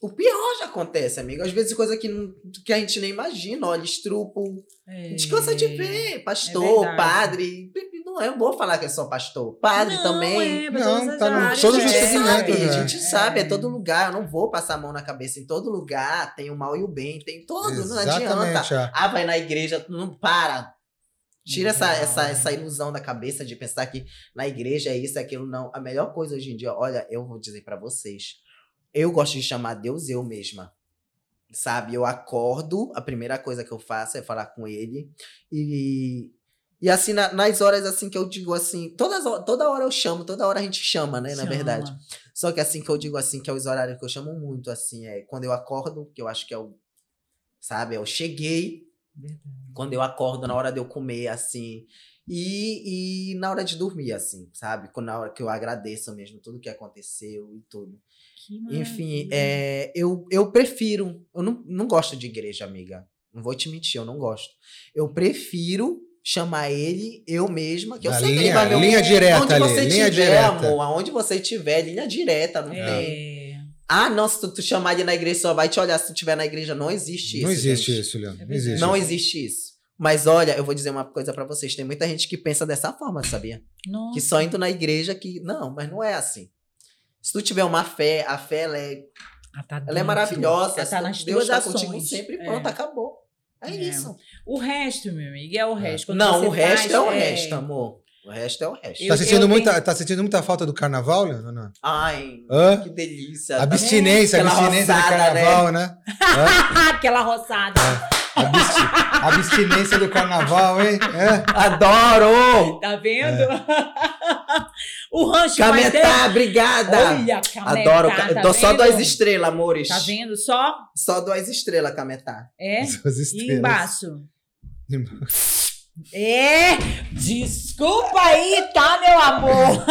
C: O pior já acontece, amigo. Às vezes coisa que, não- que a gente nem imagina. Olha, estrupo.
A: é.
C: A gente cansa de ver. Pastor,
A: verdade.
C: padre. Não é bom falar que é só pastor. Padre
A: Não,
C: também.
A: É, pra
B: Não,
A: todas as
B: tá no-
A: áreas,
B: todo
A: é,
B: justificamento,
A: sabe?
C: sabe,
B: né?
C: A gente sabe, é
A: É.
C: todo lugar. Eu não vou passar a mão na cabeça. Em todo lugar tem o mal e o bem. Tem todo. Não adianta.
B: Exatamente, é.
C: Ah, vai na igreja, não para. Tira essa,
A: Legal.
C: essa, essa ilusão da cabeça de pensar que na igreja é isso, é aquilo, não. A melhor coisa hoje em dia, olha, eu vou dizer pra vocês. Eu gosto de chamar Deus eu mesma. Sabe? Eu acordo, a primeira coisa que eu faço é falar com ele. E, e assim, na- nas horas assim que eu digo assim, todas, ho- toda hora eu chamo, toda hora a gente chama, né? Na
A: Chama.
C: verdade. Só que assim que eu digo assim, que é os horários que eu chamo muito, assim, é quando eu acordo, que eu acho que é o. Sabe, eu cheguei. Quando eu acordo, na hora de eu comer, assim. E, e na hora de dormir, assim, sabe? Quando- Na hora que eu agradeço mesmo tudo que aconteceu e tudo.
A: Que
C: Enfim,
A: maravilha.
C: é, eu, eu prefiro. Eu não, não gosto de igreja, amiga. Não vou te mentir, eu não gosto. Eu prefiro chamar ele, eu mesma, que eu
B: A
C: sei que ele
B: linha,
C: vai me ouvir.
B: linha direta
C: Onde
B: ali,
C: você
B: É, linha
C: tiver,
B: direta.
C: amor, aonde você tiver, linha direta, não
A: É.
C: tem. Ah, não, se tu, tu chamar ele na igreja, só vai te olhar se tu estiver na igreja. Não existe isso.
B: Não existe
C: gente.
B: isso, Leandro.
A: É
B: Não existe. Tá
C: Não
B: isso.
C: existe isso. Mas olha, eu vou dizer uma coisa pra vocês. Tem muita gente que pensa dessa forma, sabia?
A: Nossa.
C: Que só indo na igreja que. Não, mas não é assim. Se tu tiver uma fé, a fé ela é,
A: Ah, tá
C: ela é
A: dentro.
C: maravilhosa.
A: Ela tá nas
C: Deus
A: tuas
C: tá contigo
A: ações.
C: sempre,
A: É.
C: pronto, acabou. É,
A: É.
C: isso.
A: O resto, meu amigo, é o resto. Quando
C: não,
A: você tá
C: o resto
A: faz,
C: é o resto, amor. O resto é o resto.
A: Eu-
B: Tá sentindo,
A: eu
B: muita,
A: tenho-
B: tá sentindo muita falta do carnaval, Leandro? ou não?
C: Ai,
B: Hã?
C: que delícia. Tá
B: Abstinência,
C: Aquela
B: abstinência do
C: roçada, né?
B: carnaval, né?
A: [LAUGHS] Aquela roçada. tá
B: Absti- abstinência do carnaval, hein? É.
C: Adoro!
A: Tá vendo? [LAUGHS] o rancho vai ter...
C: Cametá, obrigada!
A: Olha, cametá,
C: Adoro. ca-
A: tá
C: dou só
A: vendo?
C: duas estrelas, amores.
A: Tá vendo? Só
C: Só duas estrelas, Cametá.
A: é
B: Suas
A: e
B: estrelas.
A: embaixo.
B: Emba-
A: É! Desculpa aí, tá, meu
B: [LAUGHS]
A: amor?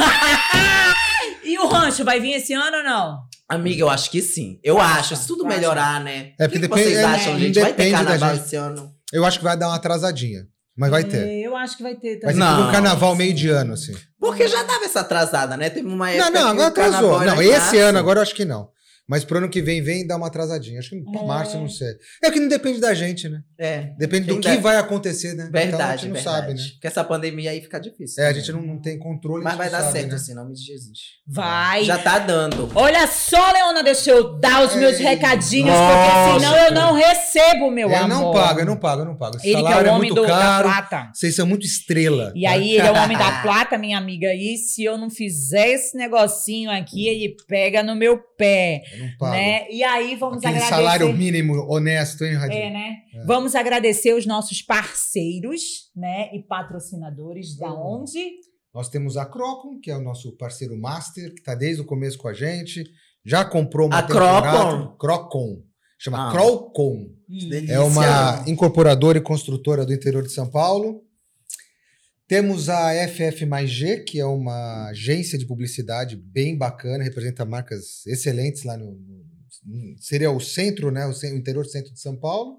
A: e o rancho vai vir esse ano ou não?
C: Amiga, eu acho que sim. Eu acho. Se tudo
A: Tu acha?
C: melhorar, né?
B: É,
C: tá, o
B: porque
C: que, que
B: depende-
C: vocês
B: é,
C: acham,
B: não
C: gente? Vai ter
B: depende da
C: carnaval
B: gente.
C: esse ano?
B: Eu acho que vai dar uma atrasadinha, mas vai ter.
A: É, Eu acho que vai ter
B: Vai
A: também.
B: ser
C: Não.
B: tipo um carnaval meio de ano, assim.
C: Porque já dava essa atrasada, né? Teve uma
B: Não,
C: época.
B: não,
C: que
B: agora
C: o carnaval
B: atrasou.
C: era
B: Não,
C: em
B: esse
C: março.
B: ano agora eu acho que não. Mas pro ano que vem, vem e dá uma atrasadinha. Acho que pra março, não sei. É que não depende da gente, né?
C: É.
B: Depende do
C: Quem
B: que
C: deve.
B: vai acontecer, né?
C: Verdade,
B: então a gente não
C: verdade.
B: sabe, né?
C: Porque essa pandemia aí fica difícil.
B: É, a
C: né?
B: gente não, não tem controle. a
C: Mas
B: gente
C: vai
B: não
C: dar
B: sabe,
C: certo,
B: né?
C: assim, em nome de Jesus.
A: Vai.
C: Já tá dando.
A: Olha só, Leona, deixa eu dar os meus
B: Ei.
A: recadinhos,
C: Nossa,
A: porque senão eu não recebo, meu
B: eu
A: amor.
B: É, não pago, eu não pago, eu não pago. Esse
A: Ele que é o
B: salário é
A: homem
B: muito
A: do,
B: caro.
A: da plata.
B: Vocês são muito estrela.
A: E
B: tá?
A: aí, ele é o homem
B: [LAUGHS]
A: da plata, minha amiga. E se eu não fizer esse negocinho aqui, ele pega no meu pé,
B: Eu É, não pago.
A: né? E aí, vamos
B: Aquele
A: agradecer.
B: salário mínimo honesto, hein, Radinho?
A: É, né? Vamos agradecer os nossos parceiros, né? E patrocinadores da
B: Hum.
A: onde?
B: Nós temos a Crocon, que é o nosso parceiro master, que está desde o começo com a gente. Já comprou uma
C: A
B: temporada. Crocon. Chama
C: Ah.
B: Crocon.
C: Delícia.
B: É uma incorporadora e construtora do interior de São Paulo. Temos a FF mais G, que é uma agência de publicidade bem bacana, representa marcas excelentes lá no. no- seria o centro, né? O, ce- o interior centro de São Paulo.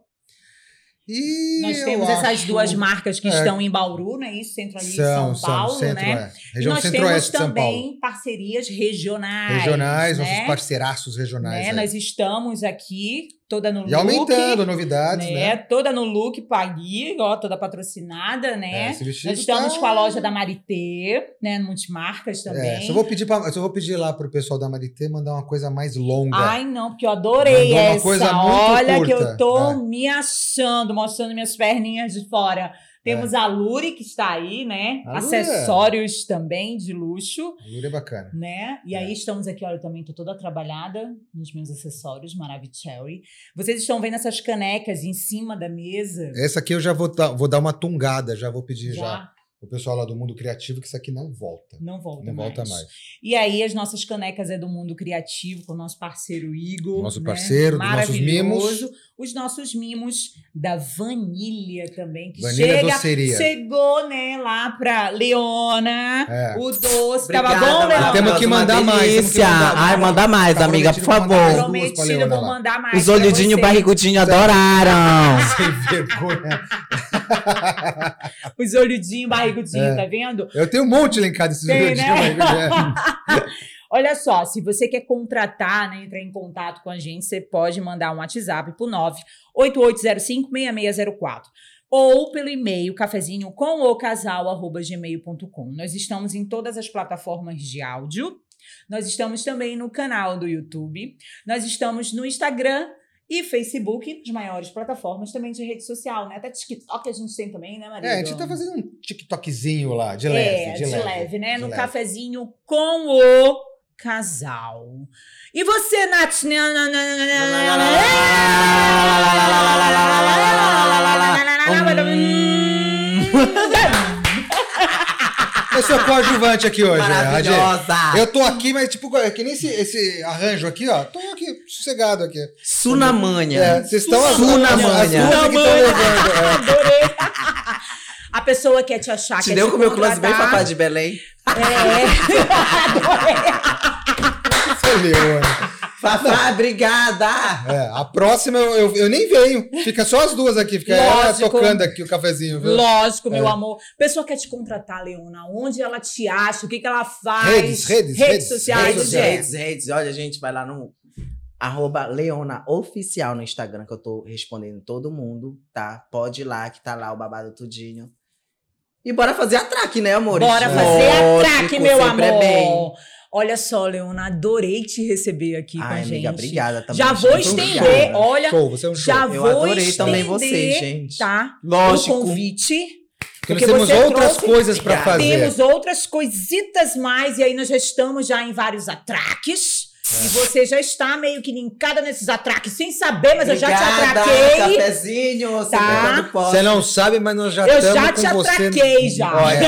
B: E
A: Nós
B: eu
A: temos essas
B: acho-
A: duas marcas que
B: é.
A: estão em Bauru, né? Isso, centro ali de São, Paulo,
B: centro,
A: né?
B: é. Região
A: e nós temos
B: centro-oeste de São
A: também
B: Paulo.
A: parcerias regionais.
B: Regionais,
A: né?
B: nossos parceiraços regionais.
A: Né?
B: aí.
A: Nós estamos aqui, toda no
B: E
A: look.
B: aumentando novidades,
A: né?
B: né?
A: Toda no look Pagui, ó, toda patrocinada, né?
B: esse vestido
A: Nós estamos
B: tá-
A: com a loja da Marité, né? Multimarcas também.
B: É, só vou pedir pra, só vou pedir lá pro pessoal da Marité mandar uma coisa mais longa.
A: Ai, não, porque eu adorei
B: Mandou uma
A: essa.
B: coisa muito
A: Olha que eu
B: curta,
A: tô
B: é.
A: me achando, mostrando minhas perninhas de fora. Temos a Luri, que está aí, né?
B: É. A Luri é-
A: Acessórios também de luxo,
B: Lula é bacana.
A: né? E
B: É.
A: aí estamos aqui, olha, eu também tô toda trabalhada nos meus acessórios, Maravicherry. Vocês estão vendo essas canecas em cima da mesa?
B: Essa aqui eu já vou, dar- vou dar uma tungada, já vou pedir É, já. o pessoal lá do mundo criativo que isso aqui não volta.
A: Não volta
B: Não
A: mais.
B: volta mais.
A: E aí, as nossas canecas é do Mundo Criativo, com o nosso parceiro Igor.
B: Nosso
A: né?
B: parceiro, dos nossos
A: Maravilhoso.
B: mimos.
A: Os nossos mimos da Vanilha também, que
B: Vanilha
A: chega.
B: doceria.
A: Chegou, né, lá pra Leona,
B: É. [LAUGHS]
A: o doce.
C: Obrigada,
A: Tava bom, né,
C: Maravilha.
B: E
A: Leona?
B: temos que
C: Uma
B: mandar mais, temos que
C: delícia.
B: mandar-
C: Ai, manda mais,
B: Tá
C: amiga, por
B: prometido, vamos mandar
C: favor.
B: mais. duas pra
A: Prometido,
B: Leona
A: vou
B: lá.
A: mandar mais.
C: Os
A: pra
C: olhudinhos
A: vocês.
C: barrigudinho adoraram.
B: Sem vergonha.
A: Os olhudinhos barrigudinhos,
B: É.
A: tá vendo?
B: Eu tenho um monte lá em casa desses
A: Tem,
B: olhudinhos,
A: né? [LAUGHS]
B: mas- é.
A: Olha só, se você quer contratar, né, entrar em contato com a gente, você pode mandar um WhatsApp pro 988056604 ou pelo e-mail cafezinho com o casal arroba gmail.com. Nós estamos em todas as plataformas de áudio. Nós estamos também no canal do YouTube. Nós estamos no Instagram e Facebook, as maiores plataformas também de rede social, né? Até TikTok a gente tem também, né,
B: é.
A: Maria?
B: É, a gente tá fazendo um TikTokzinho lá, de leve.
A: É,
B: de, leve,
A: né?
B: de
A: no
B: leve.
A: cafezinho com o casal. E você, Nath? [LAUGHS]
B: Eu sou coadjuvante aqui hoje, né, Radê?
C: Maravilhosa.
B: Eu tô aqui, mas tipo, é que nem esse, esse arranjo aqui, ó. Tô aqui, sossegado aqui.
C: Sunamanha.
B: É, Vocês estão as, as,
C: Suna
B: as, as
C: Manha.
B: duas que estão levando. é.
A: Adorei. A pessoa quer te achar.
C: Te
A: quer
C: deu com o meu close bem
A: contratar.
C: papai de Belém.
A: É, adorei.
B: É, Você leu, né?
C: Fafá, obrigada.
B: É, a próxima eu, eu, eu nem venho. Fica só as duas aqui. Fica ela
A: Lógico.
B: tocando aqui o cafezinho, viu?
A: Lógico, meu
B: É.
A: amor. Pessoa quer te contratar, Leona. Onde ela te acha? O que, que ela faz?
B: Redes, redes, redes,
A: sociais.
B: redes
C: redes,
B: sociais.
A: gente.
C: redes, redes. Olha, gente, vai lá no arroba Leona Oficial no Instagram, que eu tô respondendo todo mundo, tá? Pode ir lá, que tá lá o babado tudinho. E bora fazer a track, né, amores?
A: Bora fazer
C: Lógico,
A: ataque, meu amor.
C: sempre é bem.
A: Olha só, Leona, adorei te receber aqui com
C: Ai,
A: a gente.
C: amiga, obrigada também.
A: Já vou
C: gente,
A: estender,
C: obrigada.
A: olha,
B: Show, você é um show.
A: já
C: Eu
A: vou
C: adorei
A: estender,
C: também vocês, gente.
A: tá? O
C: Lógico.
A: convite. porque
B: Porque nós temos
A: você
B: outras
A: trouxe-
B: coisas pra
C: Obrigado.
B: fazer.
A: Temos outras coisitas mais e aí nós já estamos já em vários atraques.
C: Ah.
A: E você já está meio que linkada nesses atraques sem saber, mas eu já te
C: Obrigada,
A: atraquei.
C: Cafezinho,
A: Tá.
C: tá.
B: Você não sabe, mas nós já
A: Eu
B: estamos com
A: já te
B: você.
A: atraquei, já. [LAUGHS]
B: Olha,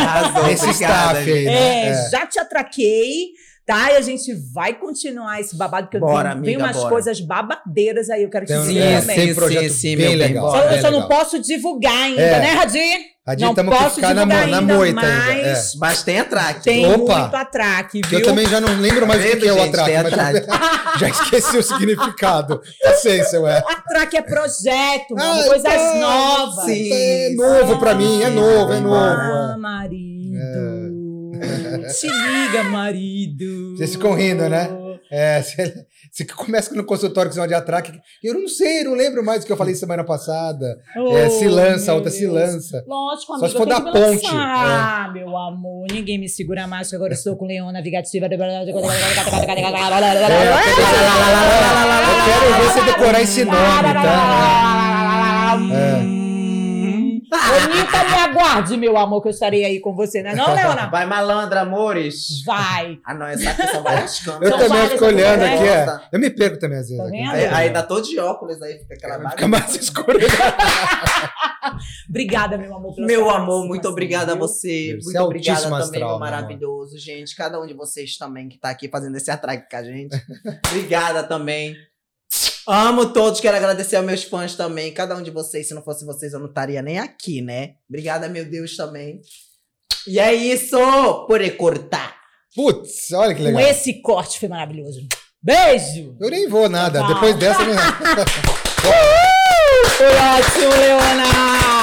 B: esse
C: Obrigada,
B: staff aí, né?
A: É, já te atraquei, tá? E a gente vai continuar esse babado, porque
C: Bora,
A: eu tenho,
C: amiga,
A: tenho umas
C: bora.
A: coisas babadeiras aí, eu quero te
B: Tem, um-
A: dizer
B: é,
A: também.
B: tem
C: sim,
B: projeto
C: sim,
B: bem
C: meu bem,
B: legal.
A: Só,
C: bora.
B: bem
A: eu só não
B: é legal.
A: posso divulgar ainda,
B: É.
A: né, Radir?
B: A gente
A: Não
B: tamo pra
A: posso
B: ficar na,
A: divulgar
B: mo- na
A: ainda,
B: moita ainda. é.
A: mas
C: Mas tem a track.
A: Tem
B: Opa!
A: muito atraque,
B: Que
A: viu?
B: Eu também já não lembro mais o que,
C: Tá
B: que é o
C: vendo,
B: atraque,
C: gente?
B: mas
C: Tem atraque.
B: já, [LAUGHS] já esqueci
A: [LAUGHS]
B: o significado. Tá Paciência, ué.
A: Atraque é projeto, mano,
B: Ai,
A: coisas
B: tá,
A: novas.
C: sim.
B: É novo pra mim, é novo, é novo.
A: Ah,
B: é.
A: marido. Se liga, marido.
B: Vocês ficam rindo, né? É, você, você começa no consultório que você vai de atraque. Eu não sei, não lembro mais o que eu falei semana passada. É, se
A: Oh,
B: lança,
A: meu
B: outra se
A: Deus.
B: lança.
A: Lógico,
B: Só
A: amigo,
B: se for
A: eu tenho
B: da
A: que me
B: ponte,
A: lançar, meu amor. Ninguém me segura mais, que agora eu estou com Leona Navigativa. Eu
B: quero ver você decorar esse nome, tá?
A: Hum, Bonita, me aguarde, meu amor, que eu estarei aí com você, né? Não, Leona?
C: Vai malandra, amores.
A: Vai.
C: Ah, não, essa aqui são várias
B: [LAUGHS] Eu
A: São
C: câmeras.
B: também
A: várias
B: fico olhando
A: coisas,
B: aqui,
C: né?
B: é. Eu me perco também às vezes.
A: Tá
B: aqui.
A: vendo?
C: Aí, aí dá todo de óculos, aí fica aquela
B: Fica
C: bagunça.
B: mais [LAUGHS] escuro.
A: Obrigada, meu amor. pela
C: Meu
A: sua
C: amor, muito
A: participação,
C: obrigada a
A: viu?
C: você.
B: Você
C: Muito
B: é
C: obrigada
B: altíssimo
C: também,
B: astral, meu
C: meu
B: amor.
C: maravilhoso, gente. Cada um de vocês também que tá aqui fazendo esse atraque com a
B: [LAUGHS]
C: gente. obrigada também. Amo todos, quero agradecer aos meus fãs também. Cada um de vocês, se não fosse vocês, eu não estaria nem aqui, né? Obrigada, meu Deus, também. E é isso! Por cortar.
B: Putz, olha que
A: Com
B: legal.
A: esse corte foi maravilhoso. Beijo!
B: Eu nem vou nada.
A: Tá.
B: Depois dessa, eu nem...
A: Foi ótimo, Leona!